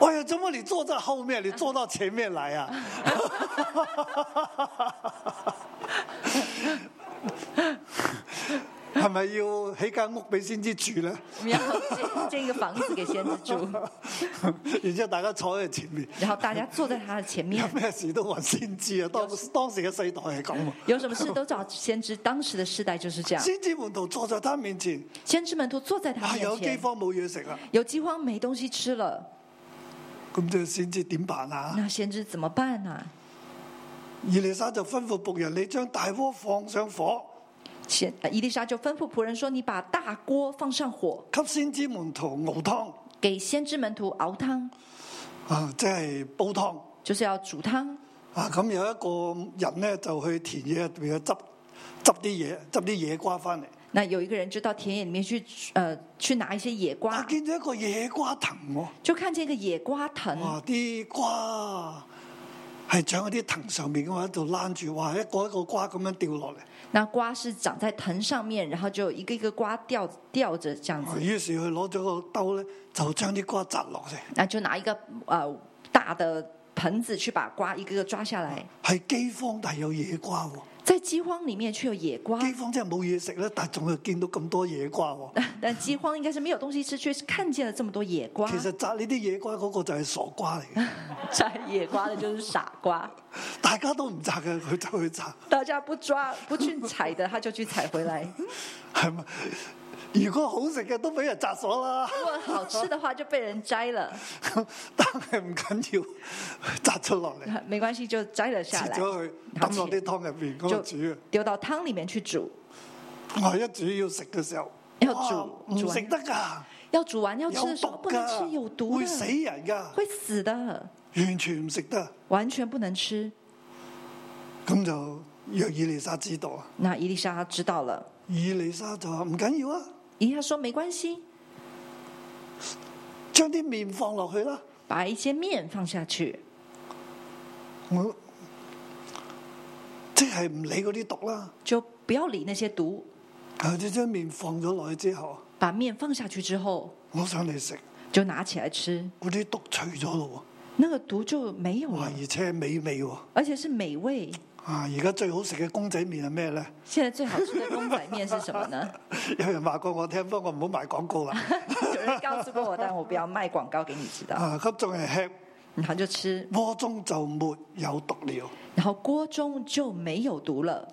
B: 哎呀，怎么你坐在后面，你坐到前面来啊？ (laughs) 系咪要起間屋俾先知住咧？
C: 我們要建建一個房子給先知住，
B: (laughs) 然之後大家坐喺前面，
C: 然後大家坐在他的前面
B: 有，咩事都揾先知啊！當當時嘅世代係咁啊！
C: 有什麼事都找先知。當時的世代就是這樣，
B: 先知門徒坐在他面前，
C: 先知門徒坐在啊他
B: 啊有
C: 面前
B: 饑。荒冇嘢食啦，
C: 有饥荒没东西吃了，
B: 咁就先知點辦啊？
C: 那先知怎么办呢、啊？
B: 以利沙就吩咐仆人：你將大鍋放上火，
C: 先呃伊丽莎就吩咐仆人说：“你把大锅放上火，
B: 給先知門徒熬湯。
C: 给先知门徒熬汤，
B: 啊，即係煲湯
C: 就是要煮汤。
B: 啊！咁有一個人咧就去田野入邊去執執啲嘢，執啲野瓜翻嚟。
C: 那有一个人就到田野里面去，呃，去拿一些野
B: 我
C: 瓜，
B: 啊見咗一個野瓜藤喎、
C: 就看见一个野瓜藤，
B: 哇！啲瓜係長喺啲藤上面嘅話，就躝住，哇！一個一個瓜咁樣掉落嚟。
C: 那瓜是长在藤上面，然后就一个一个瓜吊吊着这样子，
B: 啊於是佢攞咗個兜咧，就將啲瓜摘落嚟。
C: 那就拿一个呃大的盆子去把瓜一个个抓下来。
B: 係饑荒，但係有野瓜喎。
C: 在饥荒里面却有野瓜，
B: 饑荒真係冇嘢食咧，但係仲係見到咁多野瓜喎。
C: (laughs) 但饥荒应该是没有东西吃，却是看见了这么多野瓜。
B: 其實摘呢啲野瓜嗰個就係傻瓜嚟
C: (laughs)
B: 嘅，
C: 摘野瓜的就是傻瓜，
B: 大家都唔摘嘅，佢就去摘，
C: (laughs) 大家不抓不去采的，他就去采回来。
B: 係咪？如果好食嘅都俾人摘咗啦， (laughs)
C: 如果好吃的话，就被人摘了，
B: 但係唔緊要，摘咗落嚟，
C: (laughs) 没关系，就摘了
B: 切
C: 下来，
B: 咗佢，抌落啲湯入邊咁啊煮。啊
C: 丢到汤里面去煮。
B: 我一煮要食嘅時候，
C: 要
B: 哇
C: 煮煮
B: 唔
C: 完
B: 食得㗎，
C: 要煮完要
B: 有
C: 吃的时候
B: 毒
C: 不能
B: 㗎，
C: 吃有毒
B: 會
C: 的，
B: 死人㗎，
C: 会死的，
B: 完全唔食得。
C: 完全不能吃。
B: 咁就若以利沙知道啊，
C: 那伊丽莎知道了，
B: 以利沙就話唔緊要啊，
C: 伊丽莎说没关系，
B: 將啲面放落去啦。
C: 把一些面放下去，
B: 我即係唔理嗰啲毒啦，
C: 就不要理那些毒。
B: 啊！即將面放咗落去之後，
C: 把面放下去之后，
B: 攞上嚟食，
C: 就拿起来吃，
B: 嗰啲毒除咗咯
C: 那个毒就没有
B: 喎，哇！
C: 了，
B: 而且美味喎，
C: 而且是美味。
B: 啊！而家最好食嘅公仔面係咩咧？
C: 现在最好吃的公仔面是什么 (laughs) 呢？
B: (laughs) 有人話過我聽，不過我唔好賣廣告
C: (laughs)
B: 啦。
C: 有人告诉过我，但我不要卖广告给你知道。
B: 啊！咁仲係吃
C: 然后就吃，
B: 鍋中就沒有毒了，
C: 然后锅中就没有毒了。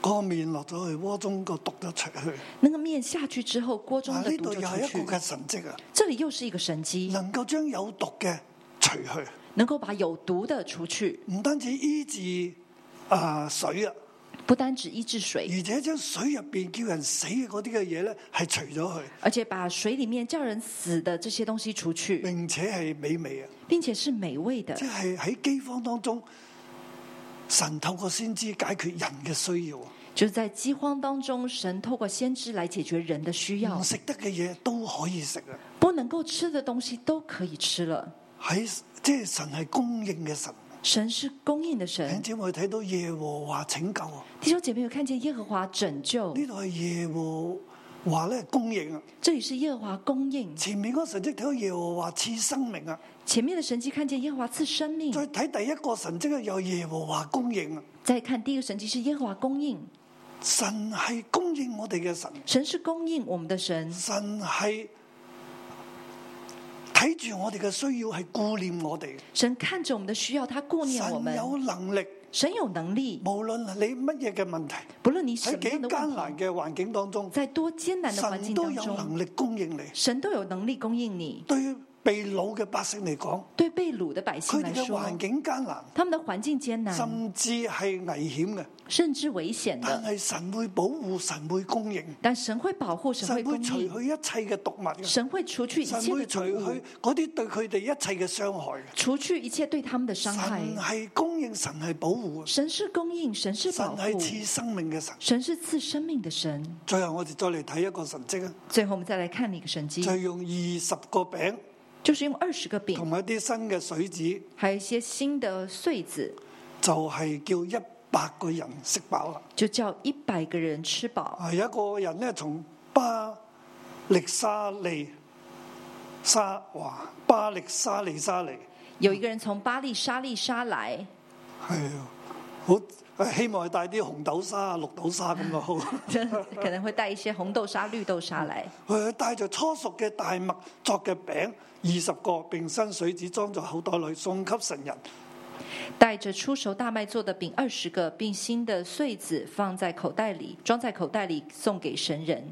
B: 個面落咗去，鍋中個毒就出去。
C: 那个面下去之后，锅中
B: 啊！
C: 的
B: 呢
C: 毒
B: 度
C: 就
B: 又
C: 出
B: 係一
C: 去
B: 個。嘅神跡啊，
C: 这里又是一个神机，
B: 能夠將有毒嘅除去。
C: 能够把有毒的除去，
B: 唔單止醫治啊水啊，
C: 不单只医治水，
B: 而且將水入邊叫人死嘅嗰啲嘅嘢咧係除咗佢，
C: 而且把水里面叫人死的这些东西除去，
B: 並且係美味啊！
C: 并且是美味的
B: 即。係喺饑荒當中，神透過先知解決人嘅需要啊，
C: 就是在饥荒当中，神透过先知来解决人的需要
B: 唔，食得嘅嘢都可以食啊！
C: 不能够吃的东西都可以吃了。
B: 喺即係神係供應嘅神，
C: 神是供应的
B: 弟兄
C: 神，
B: 姊妹睇到耶和華拯救啊！
C: 弟兄姐妹有看见耶和华拯救，
B: 呢度係耶和華咧供應啊，
C: 这里是耶和华供应。
B: 前面嗰個神跡睇到耶和華賜生命啊，
C: 前面的神迹看见耶和华赐生命，
B: 再睇第一個神跡咧又係耶和華供應啊。
C: 再看第一个神迹是耶和华供应，
B: 神係供應我哋嘅神，
C: 神是供应我们的神，
B: 神係睇住我哋嘅需要，係顧念我哋。
C: 神看着我们的需要，他顾念我
B: 神
C: 们。
B: 有能力，
C: 神有能力，
B: 無論你乜嘢嘅問題，
C: 不论你什
B: 喺
C: 么
B: 幾
C: 样的
B: 艱
C: 问
B: 難
C: 题，
B: 嘅環境當中，
C: 在多艰难的环
B: 神
C: 境
B: 都
C: 当
B: 有
C: 中，
B: 能力供應你。
C: 神都有能力供应你。
B: 對於被擄嘅百姓嚟講，
C: 对被掳的百姓
B: 佢
C: 来
B: 哋嘅
C: 说，
B: 環境艱難，
C: 他们的环境艰难，
B: 甚至係危險嘅，
C: 甚至危险
B: 但
C: 的，
B: 係神會保護，神會供應，
C: 但神会保护，神
B: 神
C: 会
B: 會
C: 供
B: 除
C: 应，
B: 去一切嘅毒物嘅，
C: 神会除去一
B: 神
C: 切
B: 會
C: 的
B: 除
C: 毒物
B: 去，嗰啲對佢哋一切嘅傷害嘅。
C: 除去一切对他们的伤害。
B: 神係供應，神係保護，
C: 神是供应，神是
B: 神
C: 保
B: 係
C: 护，
B: 賜生命嘅神。
C: 神是赐生命的神。
B: 最後我哋再嚟睇一個神迹啊，
C: 最后我们再来看一个神迹
B: 就，係用二十個餅
C: 就是用二十个
B: 同
C: 饼，
B: 埋一啲新嘅水子，
C: 还有一些新的穗子，
B: 就係叫一百個人食飽啦。
C: 就叫一百个人吃饱。
B: 啊，有一個人咧從巴力沙利沙哇，巴力沙利沙利
C: 有一个人从巴利沙利沙来， (laughs)
B: 係啊，好啊希望係帶啲紅豆沙啊、綠豆沙咁就好。
C: 可能会带一些红豆沙、绿豆沙来，
B: 佢帶着初熟嘅大麥作嘅餅二十個，並新水子裝在口袋裏，送給神人。
C: 带着出熟大麦做的饼二十个，并新的穗子放在口袋里，装在口袋里送给神人。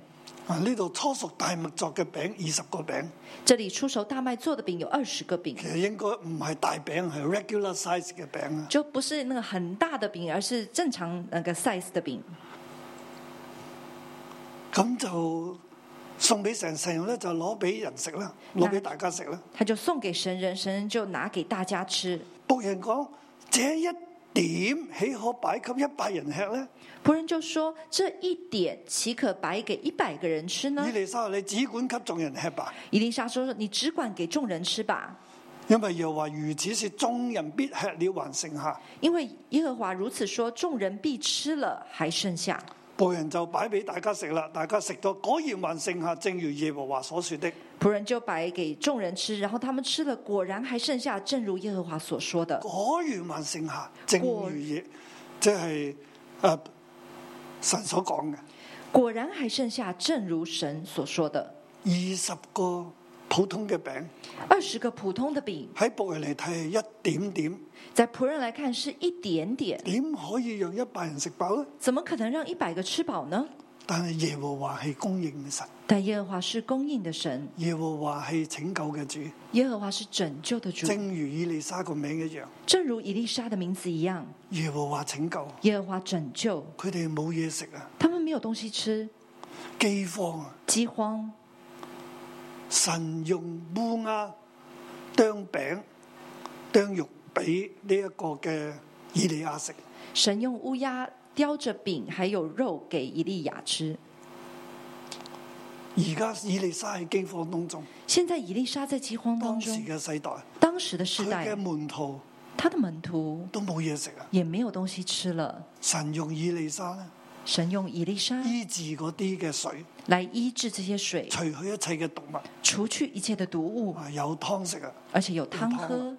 B: 啊，呢度初熟大麥作嘅餅二十個餅，
C: 这里出熟大麦做的饼有二十个饼
B: 其，實應該唔係大餅，係 regular size 嘅餅啊。
C: 就不是那个很大的饼，而是正常那个 size 的饼，
B: 咁就送俾神神人咧，就攞俾人食啦，攞俾大家食啦。
C: 他就送给神人，神人就拿给大家吃。
B: 仆人講：這一點豈可擺給一百人吃呢？
C: 仆人就说：“这一点岂可白给一百个人吃呢
B: 以利沙話：你只管給眾人吃吧。？”
C: 伊丽莎说：“你只管给众人吃吧。”
B: 因為又話如此是眾人必吃了還剩下，
C: 因为耶和华如此说：众人必吃了，还剩下。
B: 仆人就擺俾大家食啦。大家食咗，果然還剩下，正如耶和華所說的。
C: 仆人就摆给众人吃，然后他们吃了，果然还剩下，正如耶和华所说的。
B: 果然還剩下，正如耶，即係誒神所講嘅
C: 果然还剩下，正如神所说的。
B: 二十個普通嘅餅
C: 二十个普通的饼，
B: 喺仆人嚟睇係一點點，
C: 在仆人来看是一点点，
B: 點可以讓一百人食飽呢？
C: 怎么可能让一百个吃饱呢？
B: 但係耶和華係供應嘅神，
C: 但耶和华是供应的神，
B: 耶和華係拯救嘅主，
C: 耶和华是拯救的主，
B: 正如以利沙個名一樣，
C: 正如以利沙的名字一样，
B: 耶和華拯救
C: 耶和华拯救
B: 佢哋冇嘢食啊，
C: 他们，没有东西吃，
B: 饑荒啊！
C: 饥荒。
B: 神用烏鴉啄餅啄肉俾呢一個嘅以利亞食，
C: 神用乌鸦叼着饼还有肉给以利亚吃。
B: 而家以利沙喺饑荒當中，
C: 现在以利沙在饥荒当
B: 當時
C: 中，
B: 嘅世代，
C: 当时的世
B: 佢嘅
C: 代，
B: 門徒
C: 他的门徒
B: 都冇嘢食啊！
C: 也没有东西吃了。
B: 神用以利沙咧
C: 神用以利沙
B: 醫治嗰啲嘅水，
C: 来医治这些水，
B: 除去一切嘅毒物，
C: 除去一切的毒物，
B: 啊有湯食啊，
C: 而且有汤
B: 有
C: 喝，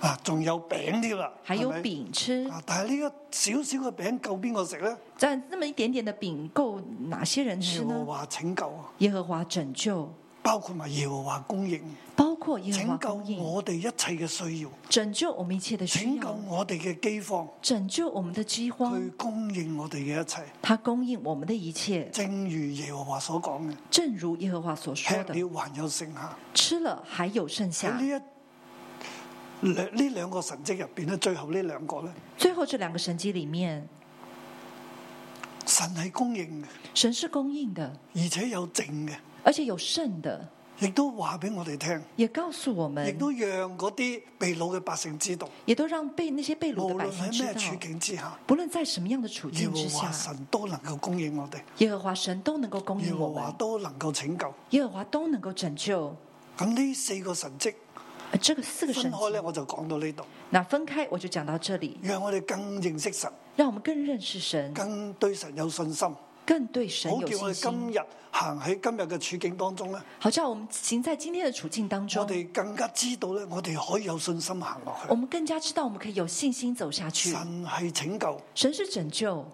B: 啊仲有餅添啦，
C: 还有
B: 係咪
C: 饼吃。
B: 啊！但係呢一少少嘅餅夠邊個食咧？
C: 但那么一点点的饼够哪些人
B: 耶
C: 吃
B: 和
C: 呢？
B: 華拯救啊，
C: 耶和华拯救，
B: 包括埋耶和華供應，
C: 包括耶和华
B: 拯救
C: 供应，
B: 我哋一切嘅需要。
C: 拯救我们一切的需
B: 拯救
C: 要，
B: 我哋嘅饑荒，
C: 拯救我们的饥
B: 佢
C: 荒。
B: 供應我哋嘅一切，
C: 他供应我们的一切，
B: 正如耶和華所講嘅，
C: 正如耶和华所说
B: 吃
C: 的，
B: 了還有剩下。
C: 吃了还有
B: 喺
C: 剩下。
B: 呢一兩呢兩個神跡入邊咧，最後呢兩個咧，
C: 最后这两个神迹里面，
B: 神係供應嘅，
C: 神是供应的，
B: 而且有剩嘅，
C: 而且有剩的，
B: 亦都話俾我哋聽，
C: 也告诉我
B: 亦
C: 们，
B: 都讓嗰啲被掳嘅百姓知道，
C: 也都讓被那些被掳的
B: 無
C: 百
B: 論
C: 姓
B: 喺
C: 知
B: 咩處
C: 道，
B: 境之下，
C: 不论在什么样的处
B: 耶
C: 境
B: 和
C: 之
B: 華
C: 下，
B: 神都能夠供應我哋，
C: 耶和华神都能够供
B: 耶
C: 应我
B: 和華
C: 们，
B: 都能夠拯救。
C: 耶和华都能够拯救。
B: 咁呢四個神跡
C: 呃这个四个
B: 分
C: 神
B: 開咧，
C: 迹，
B: 我就講到呢度，
C: 那分開我就讲到這裡，
B: 讓我哋更認識神。
C: 讓我們更認識神，
B: 更對神有信心，好
C: 更對神有
B: 叫我哋
C: 信
B: 今
C: 心，
B: 日行喺今日嘅處境當中咧，
C: 好叫我們行在今天的處境当
B: 我
C: 中，
B: 哋更加知道咧，我哋可以有信心行落
C: 啊我
B: 去。
C: 們更加知道我們可以有信心走下去。
B: 神係拯救，
C: 神是拯救，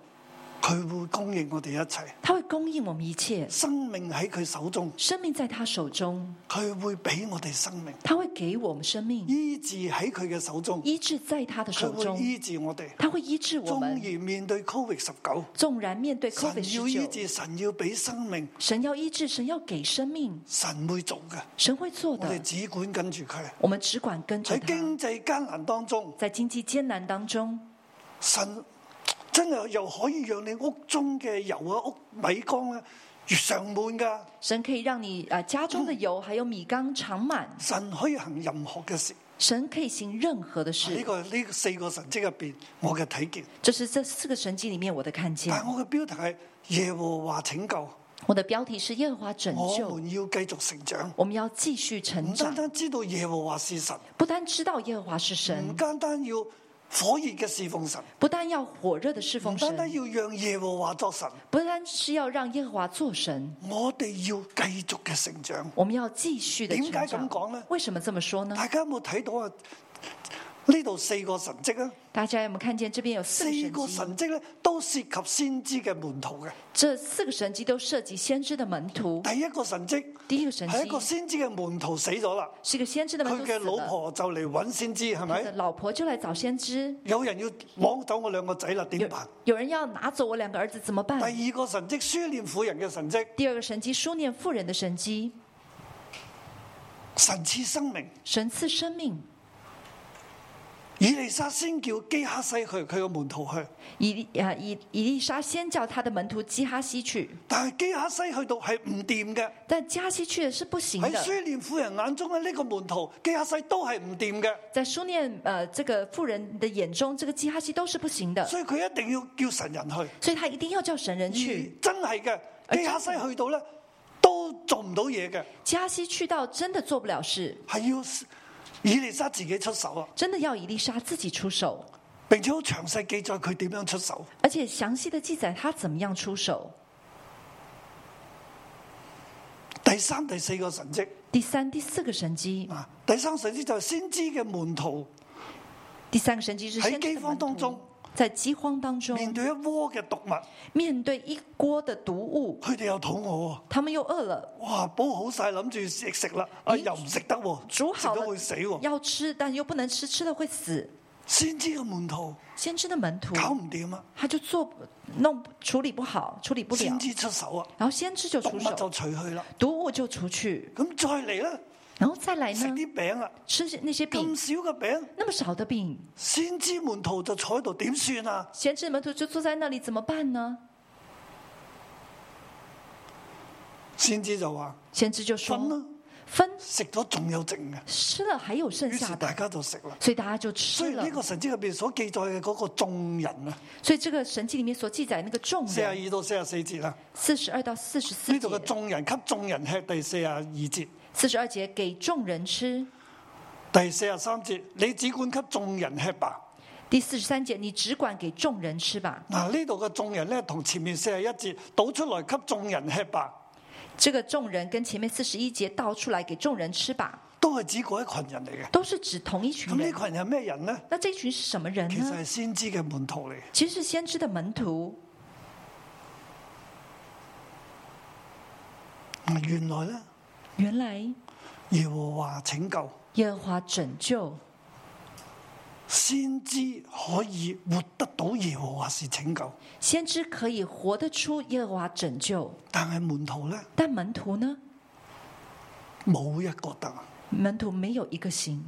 B: 佢會供應我哋一切，
C: 他会供应我们一切，
B: 生命喺佢手中，
C: 生命在他手中，
B: 佢會俾我哋生命，
C: 他会给我们生命，
B: 醫治喺佢嘅手中，
C: 医治在他的
B: 佢
C: 手中
B: 會，醫治我哋。
C: 他会医治我
B: 縱
C: 们。
B: 然面對 Covid 十九，
C: 纵然面对 COVID
B: 神要醫
C: 十
B: 治，
C: 九，
B: 神要俾生命，
C: 神要医治，神要给生命，
B: 神會做嘅，
C: 神会做
B: 我哋
C: 的。
B: 只管跟住佢。
C: 我们只管跟着
B: 喺
C: 他，
B: 經濟艱難當中，
C: 在经济艰难当中，
B: 神真係又可以讓你屋中嘅油啊、屋米缸咧越上滿噶。
C: 神可以让你啊家中的油还有米缸长满，
B: 神可以行任何嘅事，
C: 神可以行任何的
B: 呢、
C: 事。
B: 個呢、四個神蹟入邊我嘅睇見。
C: 这是这四个神迹里面我的看见
B: 但。係哎我嘅標題係耶和華拯救，
C: 我的标题是耶和华拯
B: 我
C: 救，
B: 們要繼續成長。
C: 我们要继续成
B: 唔單
C: 长，
B: 單知道耶和華是神，
C: 不单知道耶和华是神
B: 唔，單單要火熱嘅侍奉神，
C: 不但要火热的侍
B: 唔
C: 奉
B: 單單
C: 神，
B: 要讓耶和華作神，
C: 不但是要让耶和华做神，
B: 我哋要繼續嘅成長。
C: 我们要继续的成
B: 點解咁
C: 长。
B: 講呢？
C: 为什么这么说呢？
B: 大家有冇睇到啊？呢度四個神蹟啊！
C: 大家有没有看见这边有
B: 四
C: 四个神
B: 個
C: 迹？
B: 神蹟咧都涉及先知嘅門徒嘅。
C: 这四个神迹都涉及先知的門徒。
B: 第一個神蹟
C: 第一个神
B: 係一個
C: 迹
B: 先知嘅門徒死咗啦，
C: 是一个先知的門
B: 佢
C: 徒
B: 嘅
C: 死
B: 老
C: 了，
B: 婆哎就嚟揾先知，係
C: 他的
B: 咪？
C: 老婆就来找先知，
B: 有人要攞走我兩個仔啦，點
C: 有
B: 辦？
C: 有人要拿走我两个儿子怎么办？
B: 第二個神蹟書念婦人嘅神蹟，
C: 第二个神迹书念妇人的神迹，
B: 神賜生命。
C: 神赐生命。
B: 以利沙先叫基哈西去，佢個門徒去，
C: 以利啊以以利沙先叫他的门徒基哈西去，
B: 但係基哈西去到係唔掂嘅。
C: 但基哈西去的是不行
B: 喺
C: 的。
B: 書念婦人眼中咧，呢個門徒基哈西都係唔掂嘅，
C: 在书念呃这个妇人的眼中，这个基哈西都是不行的，
B: 所以佢一定要叫神人去。
C: 所以他一定要叫神人去。哎
B: 而真係嘅，
C: 而
B: 基哈西
C: 真係
B: 去到咧都做唔到嘢嘅，
C: 基哈西去到真的做不了事，
B: 係要以利沙自己出手啊，
C: 真的要以利沙自己出手，
B: 並且好詳細記載佢點樣出手。
C: 而且详细的记载他怎么样出手。
B: 第三、第四個神蹟
C: 第三、第四个神机，
B: 啊，第三神蹟就係先知嘅門徒
C: 第三个神机是
B: 喺
C: 先知的
B: 饑荒
C: 门徒
B: 當中
C: 在饥荒当中
B: 面對一鍋嘅毒物，
C: 面对一锅的毒物，
B: 佢哋又肚餓喎，
C: 他们又饿了，
B: 哇，煲好晒諗住食食啦，啊
C: 咦
B: 又唔食得喎，
C: 哎煮
B: 食
C: 好
B: 到
C: 了
B: 會死喎。
C: 要吃，但又不能吃，吃了会死。
B: 先知嘅門徒
C: 先知的门徒
B: 搞唔掂啊，
C: 他就做不弄處理不好，處理不了
B: 先，知出手啊，
C: 然后先知就
B: 毒
C: 出
B: 物就
C: 手，
B: 除去啦。
C: 毒物就除去，
B: 咁再嚟啦，
C: 然后再来
B: 食
C: 呢，
B: 啲餅啦，
C: 吃些那些
B: 咁
C: 饼，
B: 少嘅餅，
C: 那么少的饼，
B: 先知門徒就坐喺度，點算啊？
C: 先知门徒就坐在那里怎么办呢？
B: 先知就話
C: 先知就说
B: 分啦，
C: 分
B: 食咗仲有剩嘅，
C: 吃了还有剩
B: 於是
C: 下
B: 大
C: 的，
B: 家就食啦。
C: 所以大家就
B: 雖
C: 吃
B: 然
C: 了
B: 呢。個神蹟入边所記載嘅嗰個眾人啊，
C: 所以这个神迹里面所记载那个众
B: 四十二
C: 人，
B: 到四十四節啊，
C: 四十二到四十嗯四
B: 呢度嘅
C: 节，
B: 眾人給眾人吃第四十二節，
C: 四十二节给众人吃，
B: 第四十三節你只管給眾人吃吧。
C: 第四十三节你只管给众人吃吧。
B: 嗱呢度嘅眾人咧，同前面四十一節倒出來給眾人吃吧，
C: 这个众人跟前面四十一节倒出来给众人吃吧。
B: 都係指嗰一群人嚟嘅。
C: 都是指同一群
B: 咁呢
C: 嗯人。
B: 群人係咩人呢？
C: 那这群是什么人
B: 其實
C: 呢？
B: 係先知嘅門徒嚟。
C: 其实是先知的门徒。
B: 原來咧，
C: 原来
B: 耶和華拯救
C: 耶和华拯救
B: 先知可以活得到耶和華是拯救，
C: 先知可以活得出耶和华拯救，
B: 但係門徒咧
C: 但门徒呢？
B: 冇一個得。
C: 门徒没有一个行。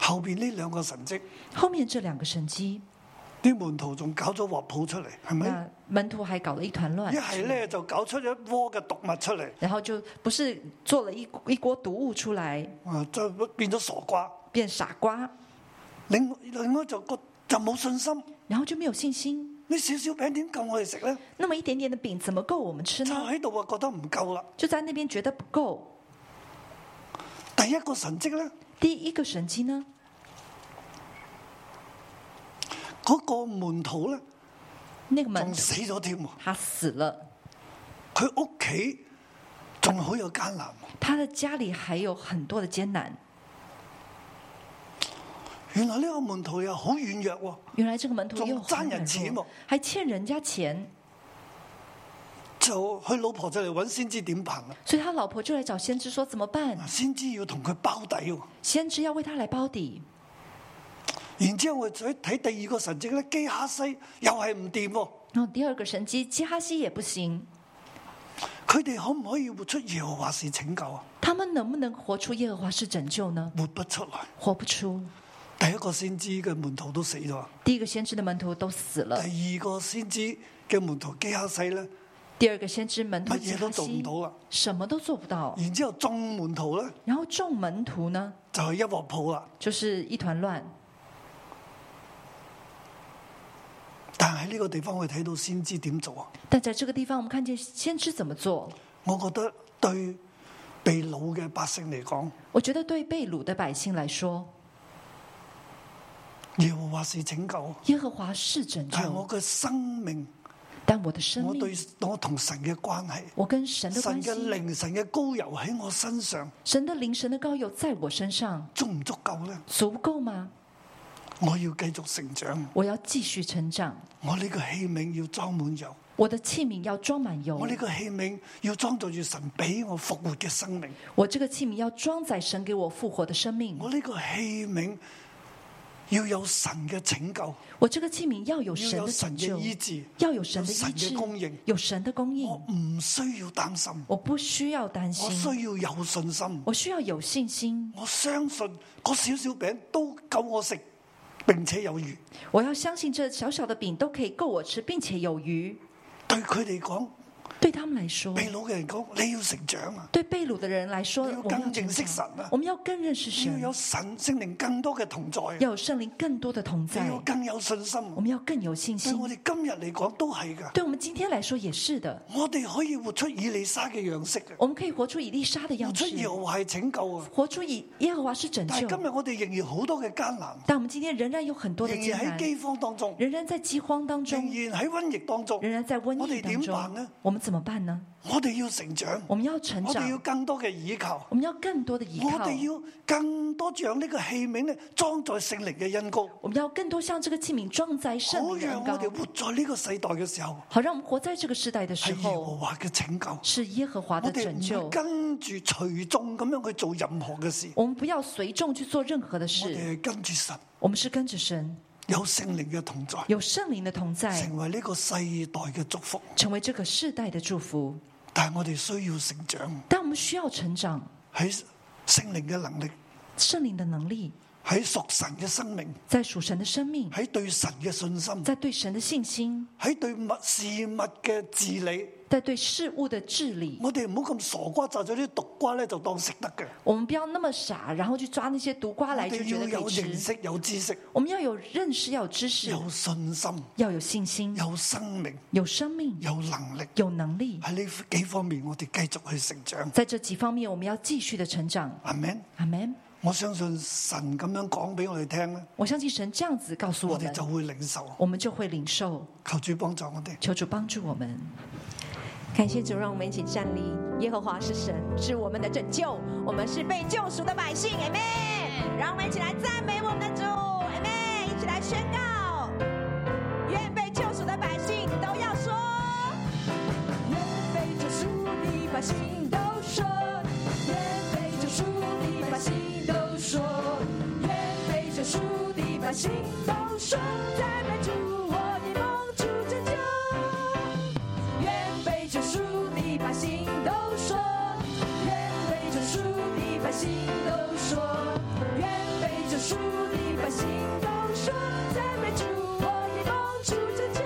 B: 後边呢兩個神迹，
C: 后面这两个神机，
B: 啲門徒仲搞咗鑊泡出嚟，係咪？
C: 那门徒还搞了一团乱
B: 一，啊係咧就搞出一鍋嘅毒物出嚟，
C: 然后就不是做了一一锅毒物出来，
B: 啊，就變咗傻瓜。
C: 变傻瓜，
B: 另另外就個就冇信心，
C: 然后就没有信心。
B: 呢少少餅點夠我哋食咧？
C: 那么一点点的饼怎么够我们吃
B: 就
C: 呢？
B: 喺度啊，覺得唔夠啦。
C: 就在那边觉得不够。
B: 第一個神迹咧，
C: 第一个神机呢，
B: 嗰、個門徒咧
C: 那个门
B: 仲
C: 徒
B: 死咗添喎，
C: 他死了，
B: 佢屋企仲好有艱難喎。
C: 他的家里还有很多的艰难。
B: 原來呢個門徒又好軟弱
C: 原来这个门徒又
B: 仲
C: 很
B: 沾人钱
C: 软弱
B: 哦
C: 还欠人家钱，
B: 喎，就佢老婆就嚟揾先知點辦啦。
C: 所以他老婆就来找先知说怎么办？
B: 先知要同佢包底喎。
C: 先知要为他来包底。
B: 然之後我再睇第二個神跡咧，基哈西又係唔掂喎。
C: 然后第二个神机基哈西也不行，
B: 佢哋可唔可以活出耶和華是拯救啊？
C: 他们能不能活出耶和华是拯救呢？
B: 活不出來。
C: 活不出。
B: 第一個先知嘅門徒都死咗，
C: 第一个先知的门徒都死了，
B: 第二個先知嘅門徒基哈西咧，
C: 第二个先知门徒
B: 乜嘢
C: 基哈
B: 都做唔
C: 西
B: 到啦。
C: 什么都做不到。
B: 然之後眾門徒咧
C: 然后众门徒呢，
B: 就係一鑊泡啦。
C: 就是一团乱。
B: 但係呢個地方我哋睇到先知點做啊？
C: 但在这个地方，我们看见先知怎么做。
B: 我覺得對被掳嘅百姓嚟講，
C: 我觉得对被掳的百姓来说，
B: 耶和華是拯救啊，
C: 耶和华是拯
B: 但係
C: 救
B: 我，嘅生命，
C: 但我的生
B: 我對
C: 命，
B: 我同神嘅關係。
C: 我跟神的
B: 神
C: 关系
B: 嘅，靈、神嘅高油喺我身上
C: 神的灵，神的膏油在我身上，
B: 足唔足夠呢？
C: 足够吗？
B: 我要繼續成長，
C: 我要继续成长，
B: 我呢個器皿要裝滿油，
C: 我的器皿要装满油
B: 我，呢個器皿要裝載住神俾我復活嘅生命，
C: 我这个器皿要装载神给我复活的生命，
B: 我呢個器皿要有神嘅拯救，
C: 我这个器皿要
B: 要
C: 有神
B: 有
C: 的
B: 神嘅
C: 拯救，
B: 醫治，
C: 要有神的
B: 有神
C: 医
B: 嘅
C: 治
B: 供应，
C: 有神的供应
B: 我，唔需要擔心，
C: 我不需要担
B: 我
C: 心，
B: 需要有信心，
C: 我需要有信心，
B: 我相信嗰少少餅都夠我食，並且有餘。
C: 我要相信这小小的饼都可以够我吃，并且有余。
B: 對佢哋講，
C: 对他们来说，
B: 秘魯嘅人講：你要成長啊，
C: 对被掳的人来说，
B: 你要
C: 我们要
B: 更
C: 成
B: 認識
C: 长
B: 神啊
C: 我们要更认识
B: 你要
C: 神，
B: 有神聖靈更多嘅同在啊，
C: 要有圣灵更多的同
B: 你
C: 在
B: 要，更有信心啊
C: 我。们要更有信
B: 對
C: 心
B: 我。哋今日嚟講都係㗎，
C: 对我们今天来说也是的，
B: 我哋可以活出以利沙嘅樣式嘅，
C: 我们可以活出以利沙的
B: 活
C: 样
B: 出
C: 式，
B: 耶和華係拯救啊。
C: 活出以耶和华是拯
B: 但
C: 救
B: 係。今日我哋仍然好多嘅艱難，
C: 但我们今天仍然有很多的
B: 仍
C: 艰
B: 然喺
C: 难，
B: 饑荒當中，
C: 仍然在饥荒当
B: 仍
C: 中，
B: 然喺瘟疫當中
C: 仍。然在瘟
B: 我
C: 疫
B: 哋
C: 当
B: 點
C: 中，
B: 辦呢
C: 我们怎么办呢？
B: 我哋要成長，
C: 我们要成
B: 啊嗯我
C: 长
B: 哋要，更多嘅倚靠。
C: 我们要更多的依
B: 我
C: 靠，
B: 哋要更多像呢個器皿咧，裝在聖靈嘅恩膏，
C: 我們要更多像这个器皿装载圣
B: 好
C: 灵的
B: 讓
C: 恩
B: 我
C: 膏，
B: 哋活在呢個世代嘅時候，
C: 好讓我們活在这个时代的时
B: 係耶和
C: 候，
B: 華嘅拯救。
C: 是耶和华的
B: 哎我哋
C: 拯
B: 唔會
C: 救。
B: 跟住隨眾咁樣去做任何嘅事，
C: 我们不要随众去做任何的
B: 我
C: 事，
B: 哋係跟住神
C: 我們是跟着神，
B: 有聖靈嘅同在，
C: 有圣灵的同在
B: 成，為呢個世代嘅祝福。
C: 成为这个世代的祝福。
B: 但係我哋需要成長
C: 但我们需要成长，
B: 喺聖靈嘅能力，
C: 圣灵的能力，
B: 喺屬神嘅生命，
C: 在属神的生命，
B: 喺對神嘅信心，
C: 在对神的信心，
B: 喺對物事物嘅治理。
C: 在对事物的治理。
B: 我哋唔好咁傻瓜，摘咗啲毒瓜咧就當食得嘅。
C: 我们不要那么傻，然后去抓那些毒瓜
B: 我
C: 来就
B: 哋
C: 觉
B: 要
C: 得
B: 有
C: 可以
B: 認
C: 吃。
B: 識、有知識、
C: 我们要有认识，要有知识，
B: 有信心、
C: 要有信心，
B: 有生命、
C: 有生命，
B: 有能力。
C: 有能力。
B: 喺呢幾方面，我哋繼續去成長。
C: 在这几方面，我们要继续的成长。
B: 阿 Man，
C: 阿门。
B: 我相信神咁樣講俾我哋聽咧，
C: 我相信神这样子告诉我
B: 我哋
C: 们，
B: 就會領受。
C: 我们就会领受。
B: 求主幫助我哋。
C: 求主帮助我们。
D: 感谢主，让我们一起站立。耶和华是神，是我们的拯救，我们是被救赎的百姓。Amen。让我们一起来赞美我们的主。Amen。一起来宣告，愿被救赎的百姓都要说，愿被救赎的百姓都说，愿被救赎的百姓都说，愿被救赎的百姓都说，赞美主，我的梦主拯救。愿被救赎的百姓都说，愿被救赎的百姓都说，愿被救赎的百姓都说，赞美主，我的梦主拯救。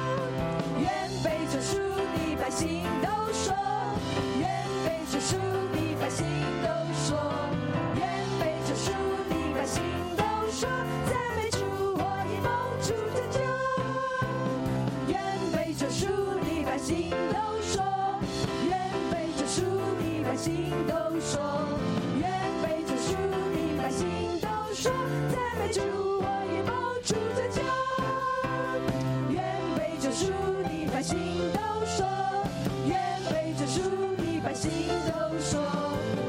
D: 愿被救赎的百姓都说，愿被救赎的百姓都说，愿被救赎的百姓都说，赞美主，我的梦主拯救。愿被救赎的百姓都说，愿被救赎的百姓都说，愿被救赎的百姓都说，赞美主，我也蒙主拯救。愿被救赎的百姓都说，愿被救赎的百姓都说，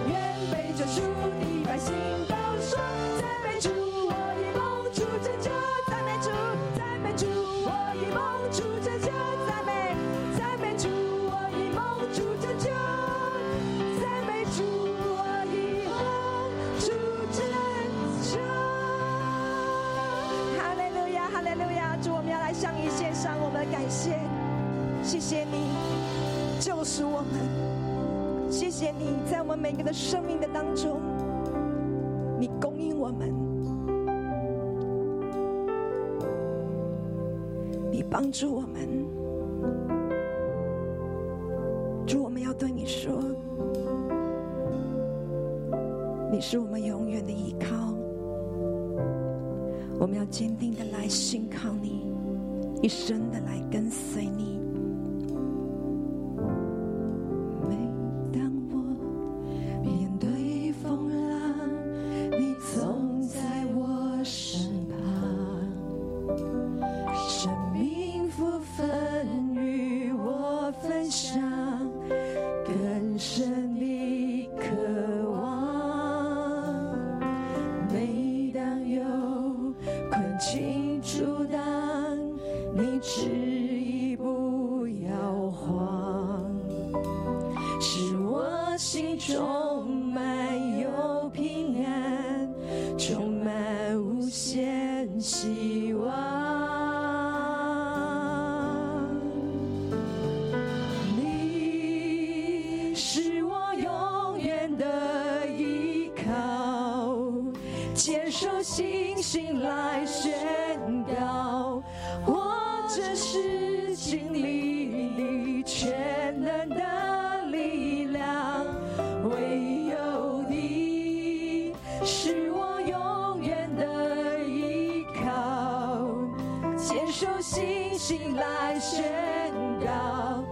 D: 愿被救赎的百姓都说，赞美主，我也蒙主拯救，赞美主，赞美主，我也蒙主拯救，赞美，赞美主，我也蒙主拯救，赞美主，我也蒙主拯救。哈利路亚，哈利路亚！主，我们要来向你献上我们的感谢，谢谢你救赎我们，谢谢你在我们每个的生命的当中，你供应我们，你帮助我们。主，我们要对你说，你是我们永远的依靠。我们要坚定的来信靠你，一生的来跟随你。每当我面对风浪，你总在我身旁，生命福分与我分享，更深的渴望。每当有困境阻挡，你执意不摇晃，使我心中满有平安，充满无限希望。你是我永远的依靠，坚守信信心来宣告，我这是经历你全能的力量，唯有你是我永远的依靠，接受信心来宣告。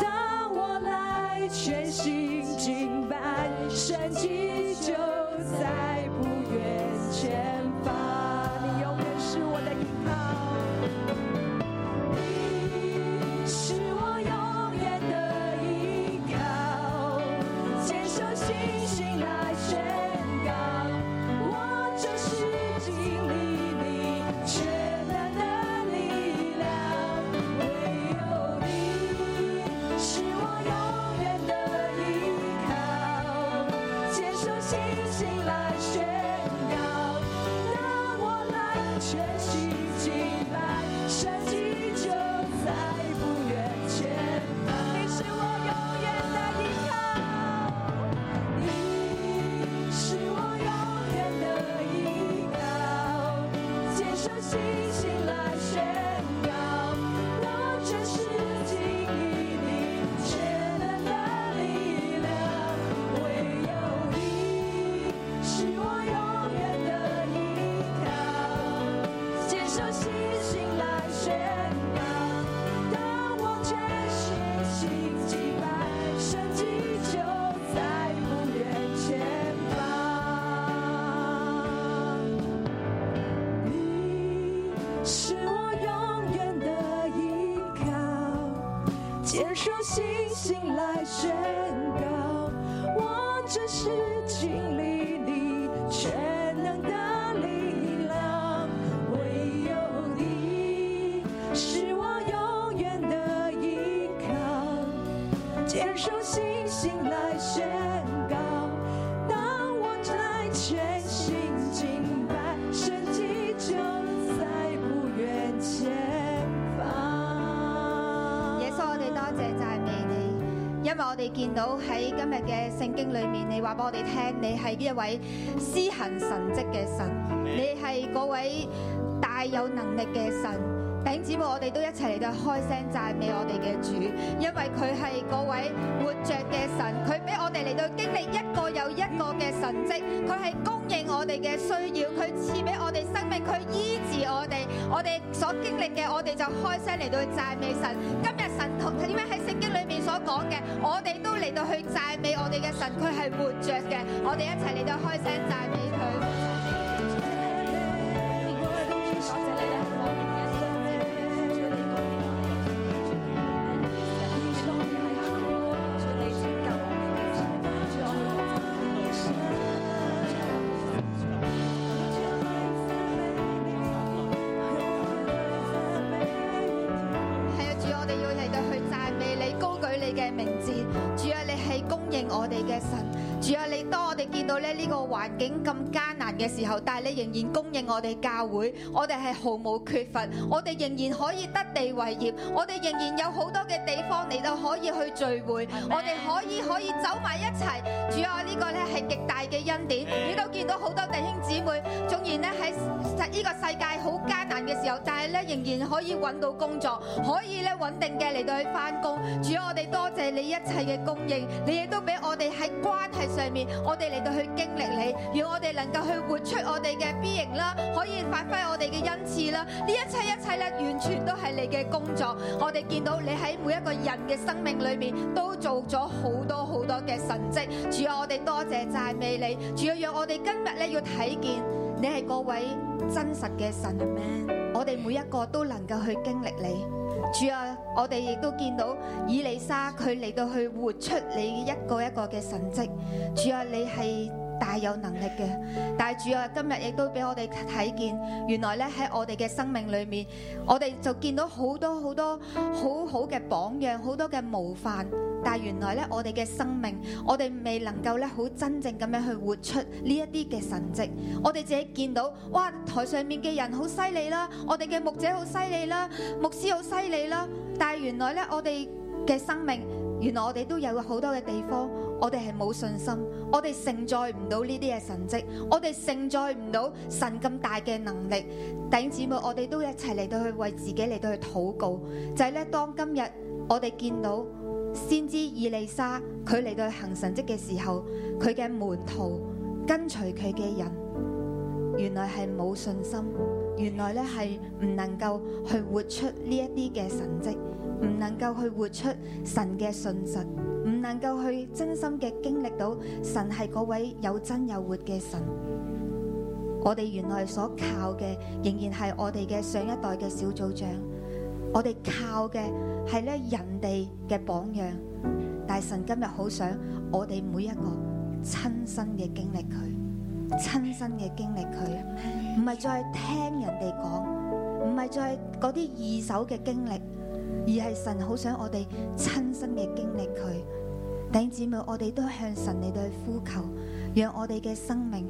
D: 当我来全心敬拜，神迹就在不远前方。你永远是我的依靠，你是我永远的依靠。接受信心来宣告，我就是经历你全能的力量，唯有你。是我永远的依靠，接受信心来宣告，让我来全心敬拜，神迹就在不远前方。你是我永远的依靠，你是我永远的依靠，接受信心来宣告，我真实经历你全能的力量，唯有你是我永远的依靠，接受信心来宣告，当我全身心敬拜，神迹就在不远前方。你是我永远的依靠，接受信心来宣告，我只是经历你全能的力量，唯有你是我永远的依靠，接受信心来宣告。当我在全心敬拜，神迹就在不远前方。
E: 耶穌，我哋多謝讚美你，因為我哋見到喺今日嘅聖經裏面，你話俾我哋聽，你係一位施行神蹟嘅神，你係嗰位大有能力嘅神。頂姊妹，我哋都一齊嚟到開聲讚美我哋嘅主，因為佢係嗰位活着嘅神，佢俾我哋嚟到經歷一個又一個嘅神蹟，佢係供應我哋嘅需要，佢賜俾我哋生命，佢醫治我哋，我哋所經歷嘅，我哋就開聲嚟到去讚美神。今日神同點解喺聖經裏面所講嘅，我哋都嚟到去讚美我哋嘅神，佢係活着嘅，我哋一齊嚟到開聲讚美佢。系啊，主，我哋要嚟到去讚美你，高舉你嘅名字。主啊，你係供應我哋嘅神。主啊，你當我哋見到咧呢個環境咁艱難嘅時候，但係你仍然供應我哋教會，我哋係毫無缺乏，我哋仍然可以得地為業，我哋仍然有好多嘅地方嚟到可以去聚會，我哋可以可以走埋一齊。主啊，呢個咧係極大嘅恩典。你都見到好多弟兄姊妹，縱然咧喺呢個世界好艱難嘅時候，但係咧仍然可以揾到工作，可以咧穩定嘅嚟到去翻工。主啊，我哋多謝你一切嘅供應，你亦都俾我哋喺關係上面，我哋嚟到去經歷你，讓我哋能夠去活出我哋嘅 B 型啦，可以發揮我哋嘅恩賜啦。呢一切一切咧，完全都係你嘅工作。我哋見到你喺每一個人嘅生命裏面都做咗好多好多嘅神蹟。主啊，我哋多謝讚美你。主啊，讓我哋今日咧要睇見你係嗰位真實嘅神。我哋每一個都能夠去經歷你。主啊，我哋亦都見到以利沙佢嚟到去活出你一個一個嘅神蹟。主啊，你係大有能力嘅。但係主啊，今日亦都俾我哋睇見，原來咧喺我哋嘅生命裏面，我哋就見到好多好多好好嘅榜樣，好多嘅模範。但係原來咧，我哋嘅生命，我哋未能夠咧好真正咁樣去活出呢一啲嘅神蹟。我哋自己見到，哇！台上面嘅人好犀利啦，我哋嘅牧者好犀利啦，牧師好犀利啦。但係原來咧，我哋嘅生命，原來我哋都有好多嘅地方，我哋係冇信心，我哋承載唔到呢啲嘅神蹟，我哋承載唔到神咁大嘅能力。弟兄姊妹，我哋都一齊嚟到去為自己嚟到去禱告，就係、咧當今日我哋見到先知以利沙佢嚟到去行神蹟嘅時候，佢嘅門徒跟隨佢嘅人。原來係冇信心，原來咧係唔能夠去活出呢一啲嘅神蹟，唔能夠去活出神嘅信實，唔能夠去真心嘅經歷到神係嗰位有真有活嘅神。我哋原來所靠嘅，仍然係我哋嘅上一代嘅小組長，我哋靠嘅係咧人哋嘅榜樣，但係神今日好想我哋每一個親身嘅經歷佢。親身嘅經歷佢，唔係再聽人哋講，唔係再嗰啲二手嘅經歷，而係神好想我哋親身嘅經歷佢。弟兄姊妹，我哋都向神嚟到去呼求，讓我哋嘅生命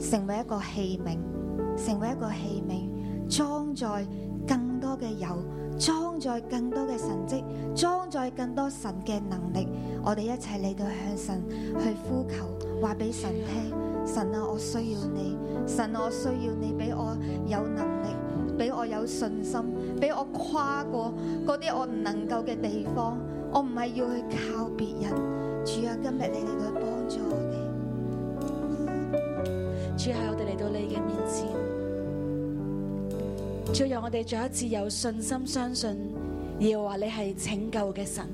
E: 成為一個器皿，成為一個器皿，裝載更多嘅油，裝載更多嘅神蹟，裝載更多神嘅能力。我哋一齊嚟到向神去呼求，話俾神聽。神啊，我需要你，神啊，我需要你俾我有能力，俾我有信心，俾我跨過嗰啲我唔能夠嘅地方。我唔係要去靠別人，主啊，今日你嚟到幫助我哋。
D: 主係我哋嚟到你嘅面前，主讓我哋再一次有信心相信，耶和華你係拯救嘅神，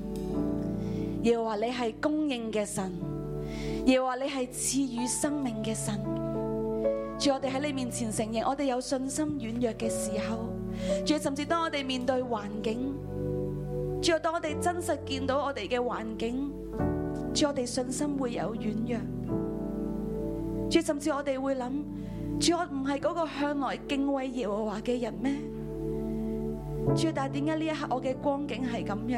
D: 耶和華你係供應嘅神，耶和華你係賜予生命嘅神。主，我哋喺你面前承認，我哋有信心軟弱嘅時候，主甚至當我哋面對環境，主當我哋真實見到我哋嘅環境，主我哋信心會有軟弱。主，甚至我哋會諗，主我唔係嗰個向來敬畏耶和華嘅人咩？主，但係點解呢一刻我嘅光景係咁樣？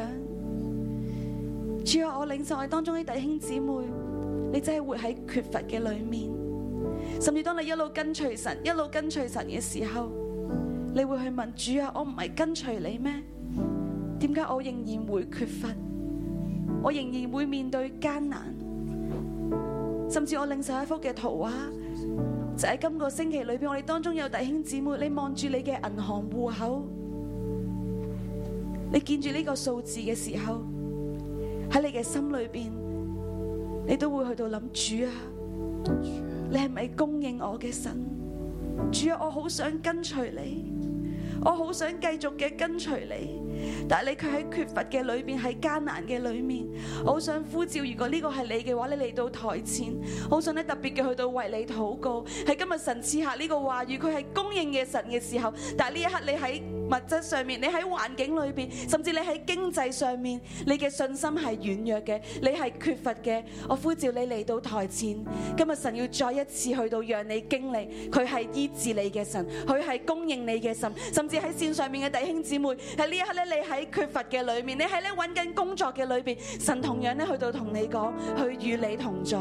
D: 主啊，我領受我當中啲弟兄姊妹，你真係活喺缺乏嘅裏面，甚至當你一路跟隨神，一路跟隨神嘅時候，你會去問主啊，我唔係跟隨你咩？點解我仍然會缺乏？我仍然會面對艱難？甚至我領受一幅嘅圖畫，就喺今個星期裏邊，我哋當中有弟兄姊妹，你望住你嘅銀行户口，你見住呢個數字嘅時候，喺你嘅心裏邊，你都會去到諗主啊，你係咪供應我嘅神？主啊，我好想跟隨你，我好想繼續嘅跟隨你，但係你卻喺缺乏嘅裏邊，喺艱難嘅裏面。我好想呼召，如果呢個係你嘅話，你嚟到台前，好想咧特別嘅去到為你禱告。喺今日神賜下呢個話語，佢係供應嘅神嘅時候，但係呢一刻你喺物質上面，你喺環境裏邊，甚至你喺經濟上面，你嘅信心係軟弱嘅，你係缺乏嘅。我呼召你嚟到台前，今日神要再一次去到讓你經歷，佢係醫治你嘅神，佢係供應你嘅神，甚至喺線上面嘅弟兄姊妹，喺呢一刻咧，你喺缺乏嘅裏面，你喺咧揾緊工作嘅裏邊，神同樣咧去到同你講，佢與你同在，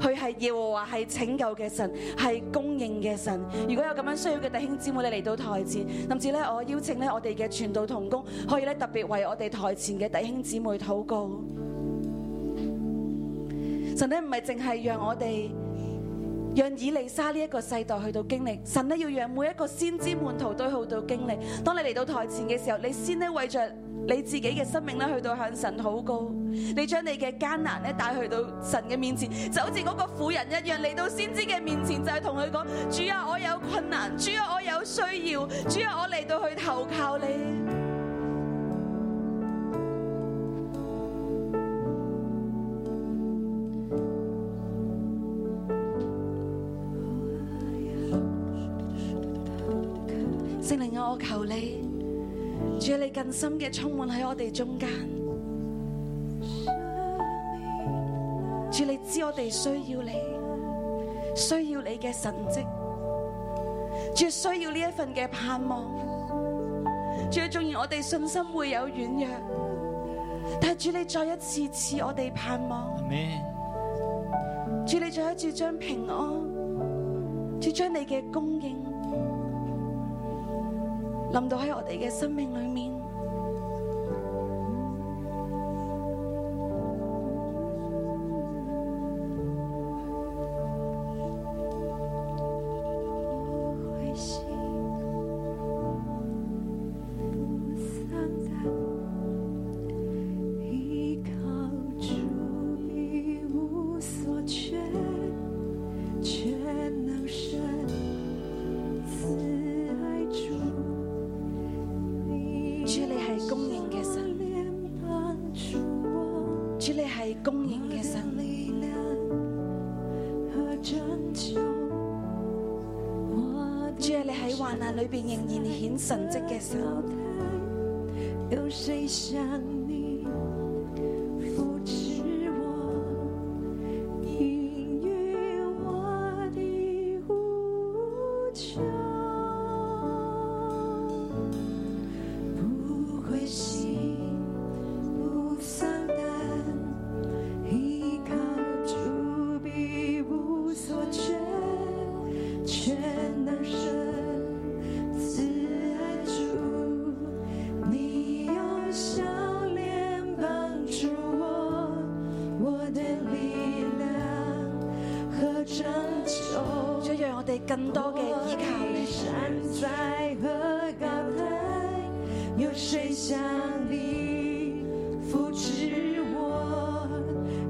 D: 佢係耶和華係拯救嘅神，係供應嘅神。如果有咁樣需要嘅弟兄姊妹，你嚟到台前，甚至咧我邀請咧我哋嘅傳道同工，可以咧特別為我哋台前嘅弟兄姊妹禱告。神咧唔係淨係讓我哋。讓以利沙呢一個世代去到經歷，神咧要讓每一個先知門徒都去到經歷。當你嚟到台前嘅時候，你先咧為着你自己嘅生命咧去到向神禱告，你將你嘅艱難咧帶去到神嘅面前，就好似嗰個婦人一樣嚟到先知嘅面前，就係同佢講：主啊，我有困難，主啊，我有需要，主啊，我嚟到去投靠你。圣灵啊，我求你，主啊你更深嘅充满喺我哋中间。主你知我哋需要你，需要你嘅神迹，主需要呢一份嘅盼望。主啊，纵然我哋信心会有软弱，但系主你再一次赐我哋盼望。主你再一次将平安，主将你嘅供应。临到喺我哋嘅生命里面。
A: 系供应嘅神。
D: 力量和拯救，我
A: 主啊，你喺患难里边仍然显神迹嘅神。
D: 倒台，有谁像你扶持我，应允我的呼求？不灰心，不丧胆，依靠主必无所缺，全能神慈爱主，你用笑脸帮助我，
C: 啊
D: 我的力量和拯救。
A: 主，让我哋更多嘅依靠
D: 我
A: 你。
D: 站在何高台，有谁像你扶持我，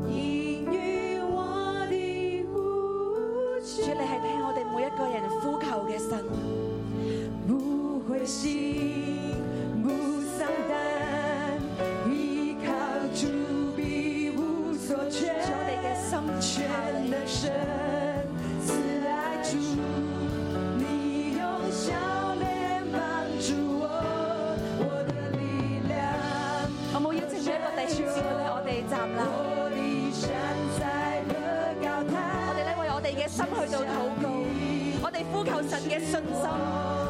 D: 应允我的呼
A: 主，
D: 求
A: 你？系听我哋每一个人呼求嘅神。
D: 不灰心，不丧胆，依靠主必无所缺。
A: 主，我哋嘅心全
D: 全
A: 靠你
D: 能。神，慈爱主，你用笑脸帮助我，我的力量。
A: 我冇邀请每一个弟兄姊妹咧，我哋站立，
D: 我的山在何高
A: 我哋
D: 台，
A: 咧为我哋嘅心去到祷告，我哋呼求神嘅信心，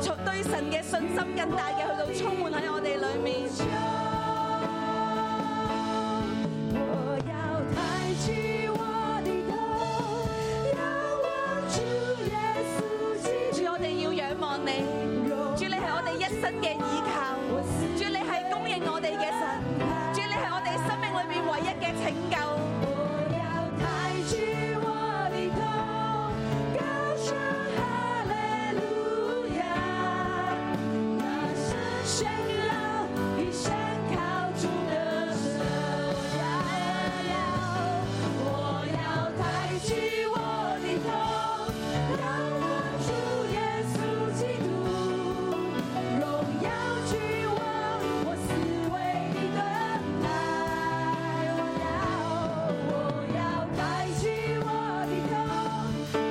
A: 從對神嘅信心更大嘅去到充滿喺我哋裏面。
D: 我要抬起我的头，仰望主耶稣基督。
A: 主，我哋要仰望你，主你係我哋一生嘅依靠，主你係供應我哋嘅神，主你係我哋生命裏面唯一嘅拯救。
D: 我要抬起我的头，高声哈利路亚，大声宣告一生靠主的神。我要抬起我的头，仰望主耶稣基督，荣耀君王，我思维的盾牌。我要抬起我的头，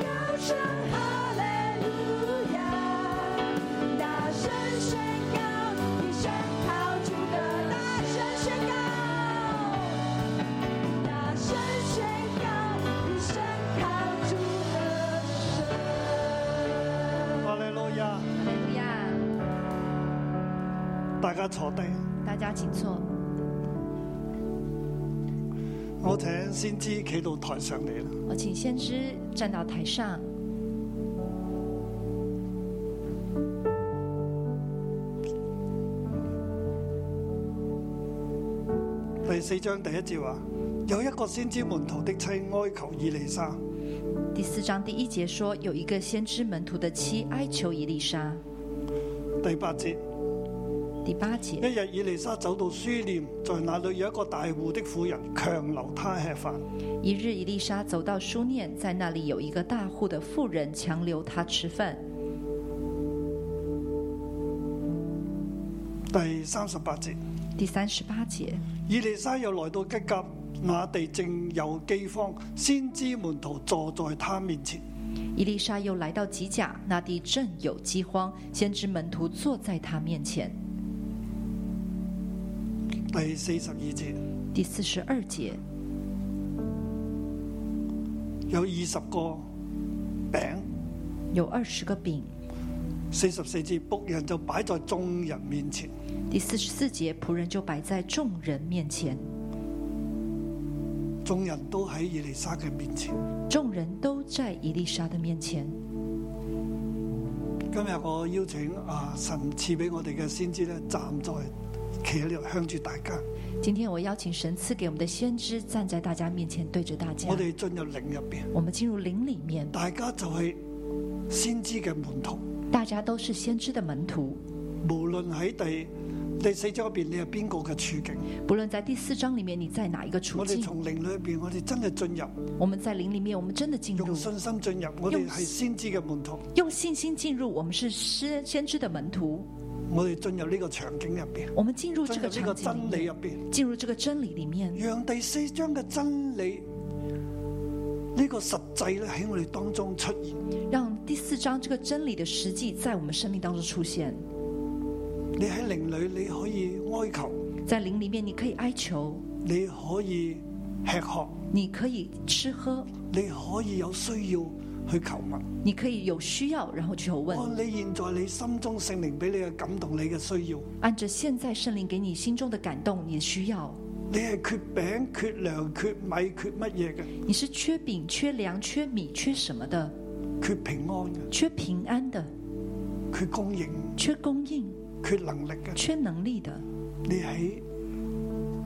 D: 高声哈利路亚，大声宣告，一生靠主的大声宣告。大声宣告，一生靠主的神。
B: 哈利路亚，
C: 啊
B: 大家坐低。
C: 大家请坐。
B: 我請先知企到台上嚟啦。
C: 我请先知站到台上。
B: 第四章第一節話：有一個先知門徒的妻哀求以利沙，
C: 第四章第一节说，有一个先知门徒的妻哀求以利沙。
B: 第八節。
C: 第八节，
B: 一日以利沙走到書念，在那裏有一個大户的婦人強留他吃飯。
C: 一日，以利沙走到书念，在那里有一个大户的妇人强留他吃饭。
B: 第三十八節，
C: 第三十八节，
B: 以利沙又來到吉甲，那地正有饑荒，先知門徒坐在他面前。
C: 以利沙又来到吉甲，那地正有饥荒，先知门徒坐在他面前。
B: 第四十二節，
C: 第四十二节，
B: 有二十個餅，
C: 有二十个饼。
B: 四十四節仆人就擺在眾人面前。
C: 第四十四节，仆人就摆在众人面前，
B: 眾人都喺以利沙嘅面前。
C: 众人都在以利沙的面前。
B: 今日我邀請啊神賜俾我哋嘅先知咧，站在企喺呢度向住大家。
C: 今天我邀请神赐给我们的先知站在大家面前，对着大家
B: 我。哋進入靈入邊，
C: 我们进入灵里面，
B: 大家就係先知嘅門徒。
C: 大家都是先知的门徒。
B: 無論喺第第四章入邊，你係邊個嘅處境？
C: 不论在第四章里面你在哪一个处
B: 我哋
C: 境，
B: 從靈裏邊，我哋真係進入，
C: 我们在灵里面，我们真的进入
B: 用，信心進入。我哋
C: 用
B: 係先知嘅門徒，
C: 用信心进入。我们是先先知的门徒，
B: 我哋進入呢個場景入邊，
C: 我们进入这
B: 進
C: 个
B: 入呢個
C: 场景里
B: 真理入啊
C: 面，
B: 邊。
C: 进入这个真理里面，
B: 让第四章嘅真理呢、個實際咧喺我哋當中出現，
C: 让第四章这个真理的实际在我们生命当中出现。
B: 你喺靈裏你可以哀求，
C: 在灵里面，你可以哀求，
B: 你可以吃喝，
C: 你可以吃喝，
B: 你可以有需要去求問。
C: 你可以有需要然后求问，
B: 按你現在你心中聖靈俾你嘅感動，你嘅需要，
C: 按着现在圣灵给你心中的感动，你的需要，
B: 你係缺餅、缺糧、缺米、缺乜嘢嘅，
C: 你是缺饼、缺粮、缺米、缺什么的，
B: 缺平安嘅，
C: 缺平安的，
B: 缺供應、
C: 缺供应，
B: 缺能力嘅，
C: 缺能力的。
B: 你喺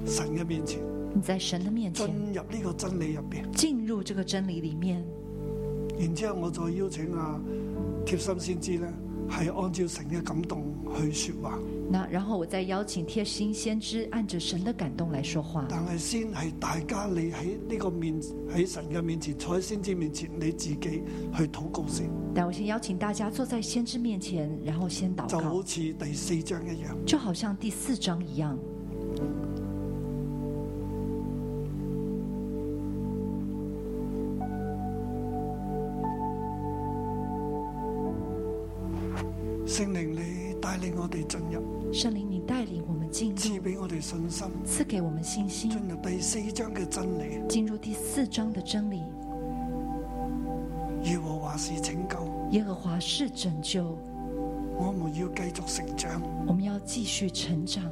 B: 神嘅面前
C: 你在神的面前
B: 進入呢個真理入邊。
C: 进入这个真理里面，
B: 然之後我再邀請阿貼心先知咧，係按照神嘅感動去说話，
C: 那然后我再邀请贴心先知按着神的感动来说话。
B: 但係先係大家你喺呢個面喺神嘅面前，坐喺先知面前，你自己去禱告先，
C: 但我先邀请大家坐在先知面前，然后先祷
B: 就好
C: 告，
B: 似第四章一樣。
C: 就好像第四章一样。
B: 聖靈你帶領我哋進入，
C: 圣灵，你带领我们进入，
B: 賜俾我哋信心，
C: 赐给我们信心，
B: 進入第四章嘅真理。
C: 进入第四章的真理。
B: 耶和華是拯救，
C: 耶和华是拯救，
B: 我們要繼續成長。
C: 我们要继续成长。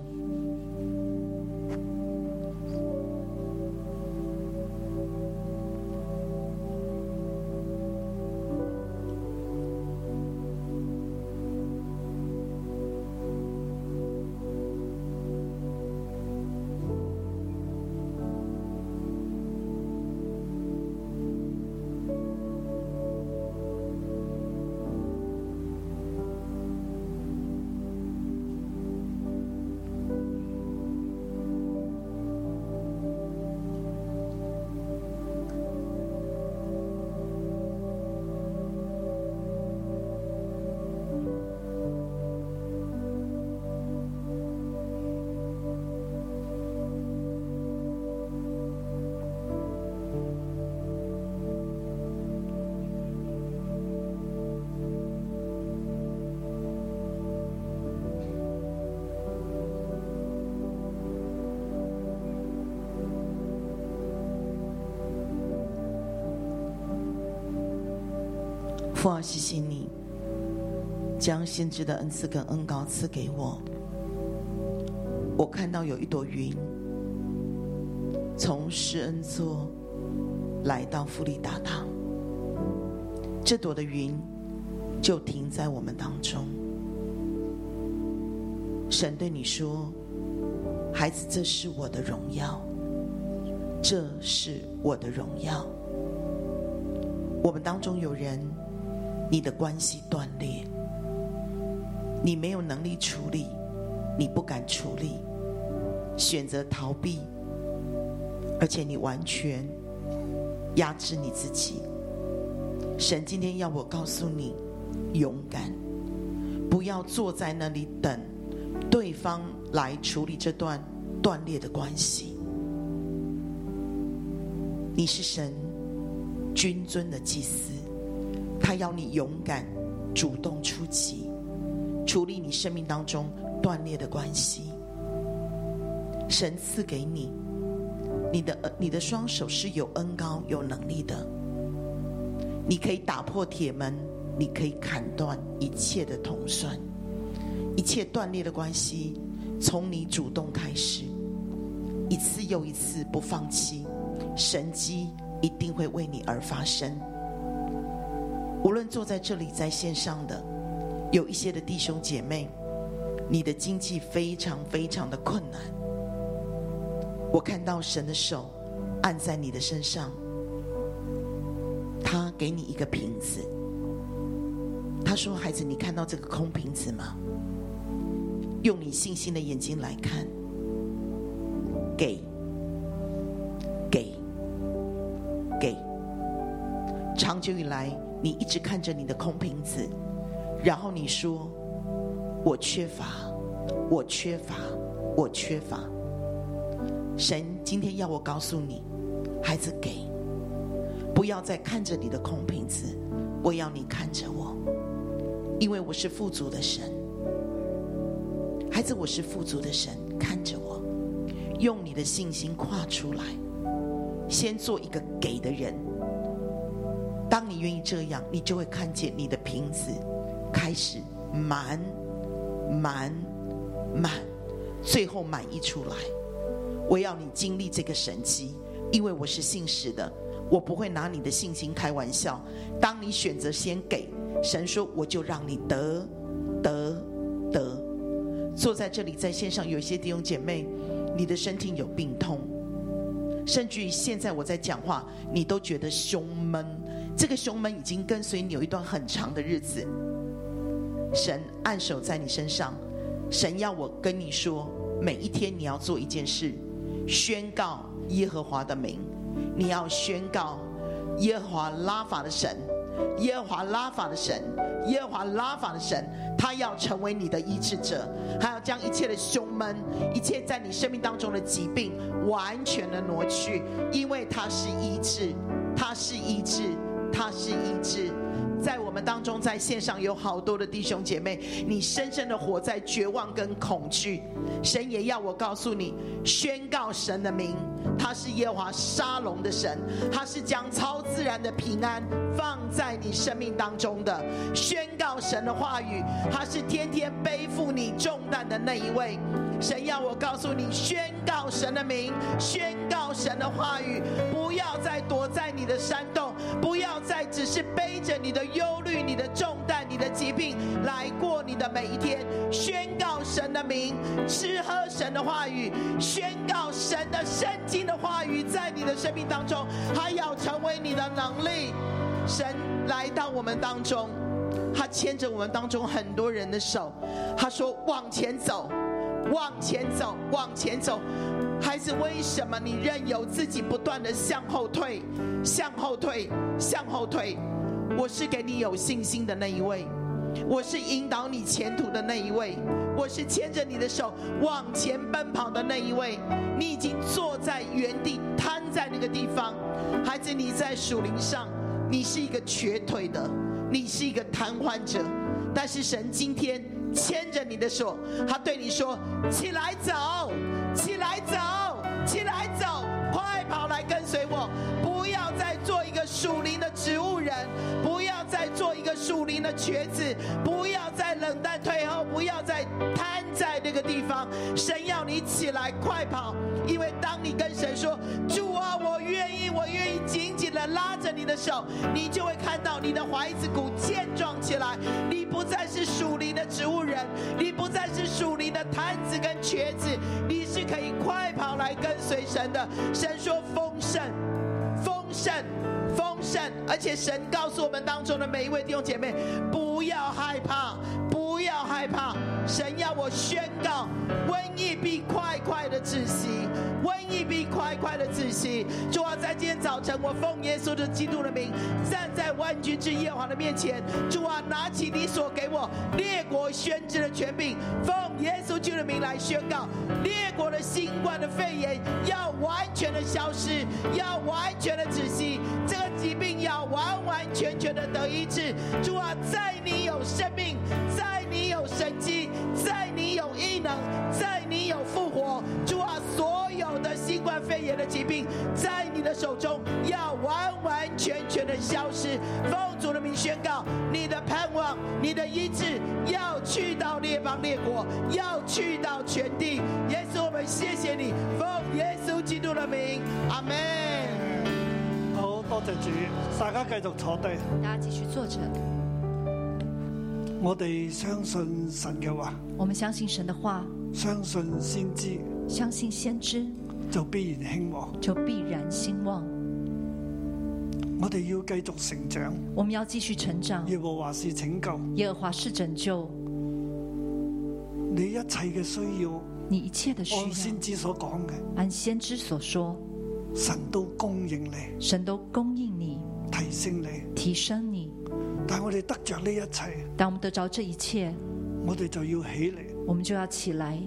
F: 父啊，谢谢你将先知的恩赐跟恩膏赐给我。我看到有一朵云从施恩座来到富丽大堂，这朵的云就停在我们当中。神对你说：“孩子，这是我的荣耀，这是我的荣耀。”我们当中有人你的关系断裂，你没有能力处理，你不敢处理，选择逃避，而且你完全压制你自己。神今天要我告诉你，勇敢，不要坐在那里等对方来处理这段断裂的关系。你是神君尊的祭司。他要你勇敢、主动出击，处理你生命当中断裂的关系。神赐给你，你的呃你的双手是有恩高、有能力的，你可以打破铁门，你可以砍断一切的统算，一切断裂的关系，从你主动开始，一次又一次不放弃，神机一定会为你而发生。无论坐在这里在线上的，有一些的弟兄姐妹，你的经济非常非常的困难。我看到神的手按在你的身上，他给你一个瓶子。他说：“孩子，你看到这个空瓶子吗？用你信心的眼睛来看，给，给，给。”长久以来，你一直看着你的空瓶子，然后你说：“我缺乏，我缺乏，我缺乏。神今天要我告诉你，孩子给，不要再看着你的空瓶子，我要你看着我，因为我是富足的神。孩子，我是富足的神，看着我，用你的信心跨出来，先做一个给的人。当你愿意这样，你就会看见你的瓶子开始满、满、满，最后满溢出来。我要你经历这个神迹，因为我是信实的，我不会拿你的信心开玩笑。当你选择先给，神说我就让你得得得。坐在这里，在线上有一些弟兄姐妹，你的身体有病痛，甚至于现在我在讲话，你都觉得胸闷。这个胸闷已经跟随你有一段很长的日子。神按手在你身上，神要我跟你说，每一天你要做一件事，宣告耶和华的名，你要宣告耶和华拉法的神，耶和华拉法的神，耶和华拉法的神，他要成为你的医治者，他要将一切的胸闷，一切在你生命当中的疾病完全的挪去，因为他是医治，他是医治，他是医治。在我们当中，在线上有好多的弟兄姐妹，你深深的活在绝望跟恐惧。神也要我告诉你，宣告神的名，他是耶和华沙龙的神，他是将超自然的平安放在你生命当中的。宣告神的话语，他是天天背负你重担的那一位。神要我告诉你，宣告神的名，宣告神的话语，不要再躲在你的山洞，不要再只是背着你的忧虑、你的重担、你的疾病来过你的每一天。宣告神的名，吃喝神的话语，宣告神的圣经的话语在你的生命当中，它要成为你的能力。神来到我们当中，他牵着我们当中很多人的手，他说：“往前走。”往前走，往前走。孩子，为什么你任由自己不断的向后退、向后退、向后退？我是给你有信心的那一位，我是引导你前途的那一位，我是牵着你的手往前奔跑的那一位。你已经坐在原地瘫在那个地方，孩子，你在属灵上，你是一个瘸腿的，你是一个瘫痪者，但是神今天。牵着你的手，他对你说：“起来走，起来走，起来走，快跑来跟随我！不要再做一个属灵的植物人，不要再做一个属灵的瘸子，不要再冷淡退后，不要再瘫在那个地方。神要你起来，快跑！因为当你跟神说‘主啊，我愿意，我愿意’，紧紧的拉着你的手，啊你就会看到你的踝子骨健壮起来，你不再是属灵的植物人，你不再是属灵的摊子跟瘸子，你是可以快跑来跟随神的。神说丰盛，丰盛，丰盛，而且神告诉我们当中的每一位弟兄姐妹，不要害怕，不要害怕。神要我宣告，瘟疫必快快的窒息，瘟疫必快快的窒息。主啊，在今天早晨，我奉耶稣的基督的名，站在万军之耶和华的面前。主啊，拿起你所给我列国宣知的权柄，奉耶稣基督的名来宣告，列国的新冠的肺炎要完全的消失，要完全的止息，这个疾病要完完全全的得医治。主啊，在你有生命，在你有神迹，在你有异能，在你有复活。主啊，所有的新冠肺炎的疾病，在你的手中要完完全全的消失。奉主的名宣告，你的盼望，你的医治要去到列邦列国，要去到全地。耶稣，我们谢谢你，奉耶稣基督的名，阿门。
B: 好多謝主，大家繼續坐低。
A: 大家继续坐着，
B: 我哋相信神嘅話，
C: 我们相信神的话，
B: 相信先知，
C: 相信先知，
B: 就必然興旺。
C: 就必然兴旺。
B: 我哋要繼續成長，
C: 我们要继续成长，
B: 耶和華是拯救
C: 耶和华是拯救
B: 你一切嘅需要。
C: 你一切的需
B: 按
C: 要
B: 先。知所講嘅，
C: 按先知所说，
B: 神都供應你，
C: 神都供应你，
B: 提升你。
C: 提升你。
B: 但係我哋得着呢一切，
C: 当我们得着这一切，
B: 我哋就要起嚟，
C: 我们就要起来，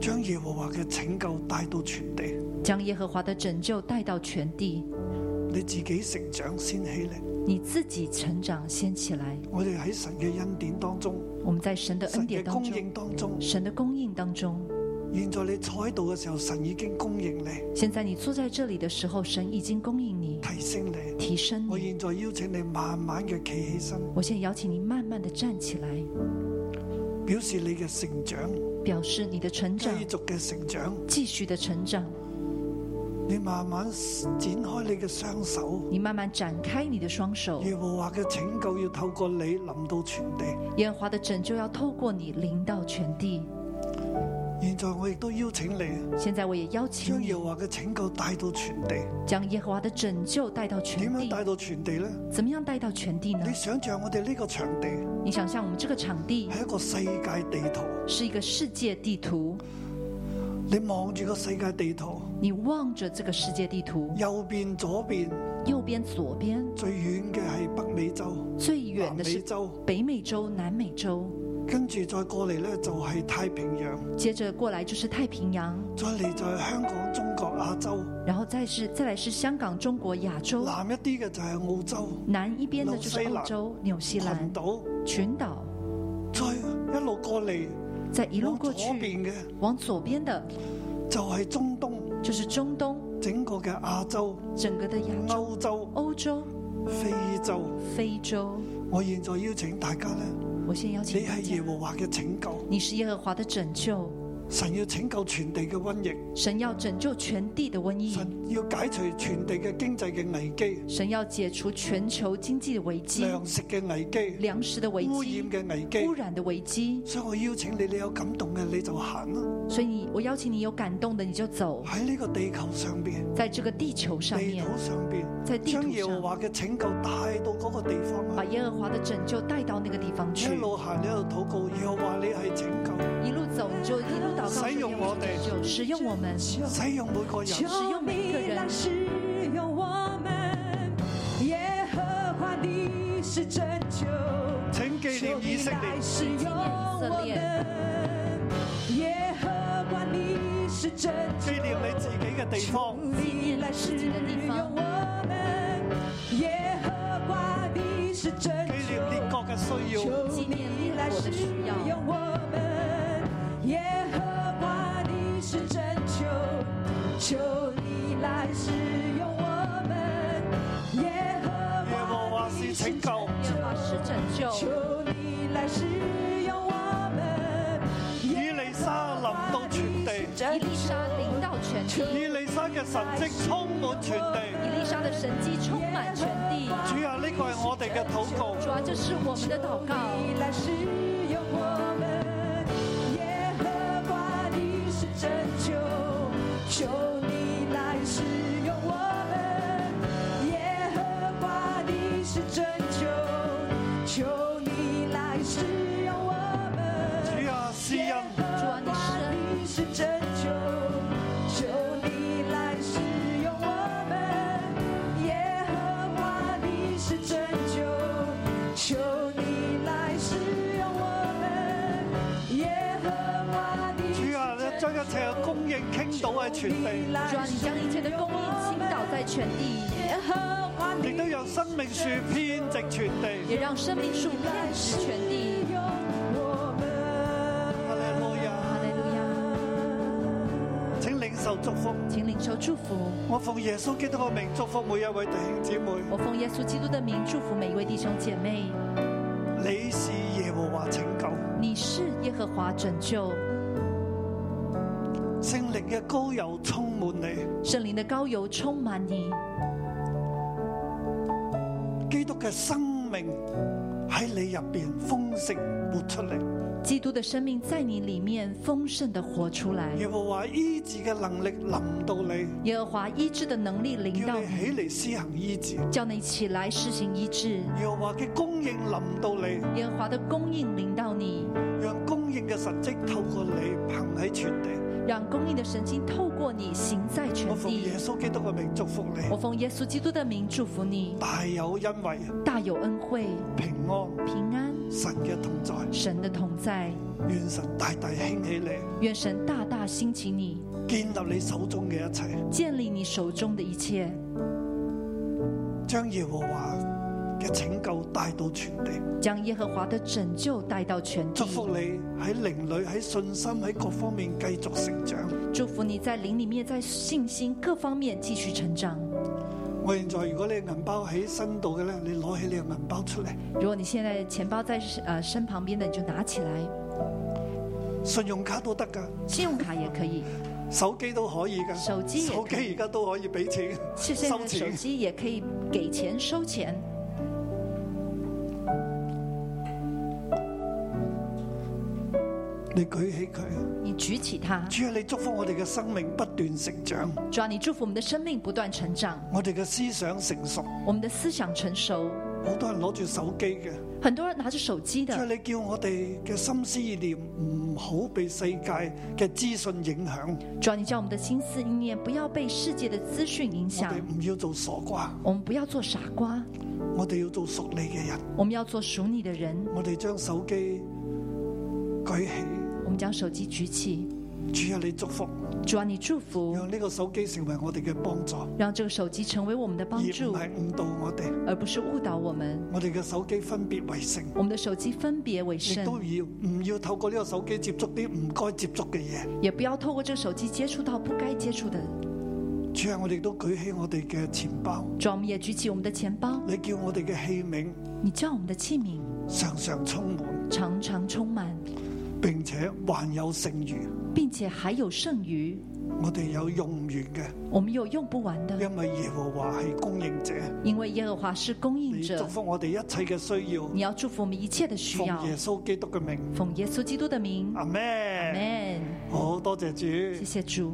B: 將耶和華嘅拯救帶到全地。
C: 将耶和华的拯救带到全地。
B: 你自己成長先起嚟。
C: 你自己成长先起来。
B: 我哋喺神嘅恩典當中，
C: 我们在神的恩
B: 神
C: 典
B: 嘅
C: 当
B: 供
C: 中，
B: 應當中，
C: 神的供应當中，
B: 現在你坐喺度嘅時候，神已經供應你，
C: 現在你坐在這裡的時候，神已經供應你、
B: 提升你。
C: 提升
B: 我
C: 你。
B: 現在邀請你慢慢嘅企起身，
C: 我現在邀請你慢慢的站起來，
B: 表示你嘅成長，
C: 表示你的成長，
B: 繼續嘅成長。
C: 繼續的成長。
B: 你慢慢展開你嘅雙手。
C: 你慢慢展開你的雙手，
B: 耶和華嘅拯救要透過你臨到全地。
C: 耶和華的拯救要透過你臨到全地。
B: 現在我亦都邀請你，
C: 現在我也邀請
B: 將
C: 你
B: 耶，和華嘅拯救帶到全地。
C: 將耶和華的拯救帶到全
B: 點樣帶
C: 地。
B: 到全地呢？
C: 怎麼樣帶到全地呢
B: 你？想象我哋呢個場地
C: 你想象我們這個場地
B: 係一個世界地圖，
C: 是一個世界地圖，
B: 你望住個世界地圖，
C: 你望着這個世界地圖，
B: 右邊、左邊
C: 右邊、左邊，
B: 最遠嘅係北美洲、
C: 最遠
B: 南
C: 的
B: 美
C: 是
B: 洲，
C: 北美洲、南美洲，
B: 跟住再過嚟呢，就係太平洋，
C: 接着過來就是太平洋，
B: 再嚟就係香港、中國、亞洲，
C: 然後再是再來是香港、中國、亞洲，
B: 南一啲嘅就係澳洲
C: 南一邊的就是澳洲、紐西
B: 群
C: 蘭
B: 島，
C: 群島，
B: 再一路過嚟
C: 再一路
B: 往
C: 過
B: 左
C: 去，
B: 邊嘅
C: 往左邊的
B: 就係中東
C: 就是中東，
B: 整個嘅亞洲、
C: 整個的亞洲、
B: 歐洲、
C: 歐洲、
B: 非洲。
C: 非洲。
B: 我現在邀請大家呢，
C: 我先邀
B: 你
C: 請大
B: 係耶
C: 家，
B: 和華嘅拯救，
C: 你是耶和華的拯救，
B: 神要拯救全地嘅瘟疫，
C: 神要拯救全地的瘟疫，
B: 神要解除全地嘅經濟嘅危機、
C: 神要解除全球經濟的危機、
B: 糧食嘅危機、
C: 糧食的危
B: 污染
C: 機、
B: 嘅危
C: 嗯污
B: 機。
C: 染的危機。
B: 所以我邀請你，你有感動嘅你就行啦。
C: 所以你，我邀請你有感動的你就走，
B: 喺呢個地球上邊、
C: 在這個地球上
B: 地
C: 面，
B: 土上
C: 在
B: 邊，
C: 地圖上
B: 將耶和華嘅拯救帶到嗰個地方啊
C: 把
B: 去。
C: 耶和華的拯救帶到那個地方去
B: 一。路行，一路禱告，耶和華你係拯救，
C: 一路走，你就一路禱告，
B: 使用我哋
C: 就使用我们，使
B: 使用每個人。
C: 用每一个
D: 你来
C: 人。
D: 使用我们，耶和华你是拯救，
B: 請紀念
D: 求
B: 以
D: 你
B: 色
D: 来
B: 列，
D: 使用我们，耶和华你是拯救
B: 紀。念你自己嘅地方。
D: 你来使用我们，耶和华你是拯
B: 纪念列
D: 救。
B: 國嘅需要，
D: 求你来使用我们，耶和华你是拯救，求你来使用我们，耶
B: 耶和
D: 和
B: 华
D: 华
B: 是
D: 你是
B: 拯救
C: 耶
D: 拯救，，
C: 和华是拯
D: 求
C: 救，
D: 你来使用我们，
B: 以利沙臨到全地，
C: 以利沙临到全地，
B: 以利沙嘅神跡充滿全地。
C: 以利沙的神迹充满全地。
B: 主啊，呢個係我哋嘅禱告，
C: 主啊，这是我们的祷告。
D: 你来使用我们，耶和华你是拯救，求你来使用我们，耶和华你是拯救，求你来使用我们。
B: 主啊，施
D: 耶
B: 恩，
D: 和华你是拯救，求你来使用我们。耶和华你是拯救，求你来使用我们。耶和华你是拯救
B: 主啊，你將一切嘅供應傾倒喺全地，
C: 主啊，你将一切的供应倾倒在全地，
D: 耶和华你
B: 亦都有生命樹遍植全地。
C: 也让生命树遍植全地。
D: 用我们。
B: 哈利路
C: 哈
B: 亞，
C: 利路亚！
B: 請領受祝福。
C: 请领受祝福。
B: 我奉耶穌基督嘅名祝福每一位弟兄姊妹。
C: 我奉耶稣基督的名祝福每一位弟兄姐妹。
B: 你是耶和華拯救，
C: 你是耶和华拯救，
B: 聖靈嘅高油充滿你，
C: 圣灵的膏油充满你，
B: 基督嘅生命喺你入邊豐盛活出嚟。
C: 基督的生命在你里面丰盛的活出来。
B: 耶和華醫治嘅能力臨到你，
C: 耶和华医治的能力临
B: 叫
C: 到
B: 你起
C: 你，
B: 嚟施行醫治。
C: 叫你起来施行医治。
B: 耶和華嘅供應臨到你，
C: 耶和华的供应临到你，
B: 讓供應嘅神迹透過你行喺全地。
C: 让公义的神经透过你行在全
B: 我奉
C: 地
B: 耶。穌基督嘅名祝福
C: 我
B: 你，
C: 奉耶稣基督的名祝福你，
B: 大有恩惠、
C: 大有恩惠、
B: 平安、
C: 平安，
B: 神嘅同在，
C: 神的同在。
B: 願神大大興起你，
C: 愿神大大兴起你，
B: 建立你手中嘅一切，
C: 建立你手中的一切，
B: 將耶和華嘅拯救帶到全地，
C: 将耶和华的拯救带到全地
B: 祝。福你喺靈裏、喺信心、喺各方面繼續成長。
C: 祝福你在灵里面，在信心各方面继续成长。
B: 我現在如果你銀包喺身度嘅咧，你攞起你嘅銀包出嚟，
C: 如果你现在钱包在呃身旁边的，你就拿起来，
B: 信用卡都得㗎。
C: 信用卡也可以，
B: 手機都可以㗎，
C: 手機也
B: 手
C: 可以
B: 機而家都可以俾錢
C: 是现在
B: 收
C: 的手
B: 錢。
C: 机也可以给钱收钱。
B: 你舉起佢，
C: 你举起它，
B: 主啊，你祝福我哋嘅生命不斷成長，
C: 主要你祝福我们的生命不断成长，
B: 我哋嘅思想成熟。
C: 我们的思想成熟。
B: 好多人攞住手機嘅，
C: 很多人拿着手机
B: 主啊，
C: 的，
B: 你叫我哋嘅心思意念唔好被世界嘅資訊影響，
C: 主啊要你叫我们的心思意念不要被世界的资讯影
B: 我
C: 响
B: 哋，唔要做傻瓜，
C: 我们不要做傻瓜，
B: 我哋要做熟你嘅人。
C: 我们要做属你的人。
B: 我哋將手機舉起，
C: 我们将手机举起，
B: 主啊，你祝福，
C: 主啊要你祝福，
B: 讓呢個手機成為我哋嘅幫助，而
C: 让这个手机成为我们的
B: 唔
C: 帮助，
B: 係誤導我哋。
C: 而不是误导我们。
B: 我哋嘅手機分別為聖。
C: 我们的手机分别为
B: 亦
C: 圣
B: 都，要唔要透過呢個手機接觸啲唔該接觸嘅嘢？
C: 也不要透过这个手机接触到不该接触的。
B: 主啊，我哋都舉起我哋嘅錢包，
C: 主啊要我们也举起我们的钱包，
B: 你叫我哋嘅器皿
C: 你叫我们的器皿
B: 常常充滿，
C: 常常充满，
B: 並且還有剩餘。
C: 并且还有剩余，
B: 我哋有用唔完嘅，
C: 我们有用不完的，
B: 因為耶和華係供應者。
C: 因为耶和华是供应
B: 你祝
C: 者。
B: 福我哋一切嘅需要，
C: 你要祝福我们一切的需
B: 奉
C: 要，
B: 耶穌基督嘅名，
C: 奉耶稣基督的名，
B: 阿
C: 阿
B: 咩？
C: 门。
B: 好多謝
C: 谢
B: 主，
C: 谢主。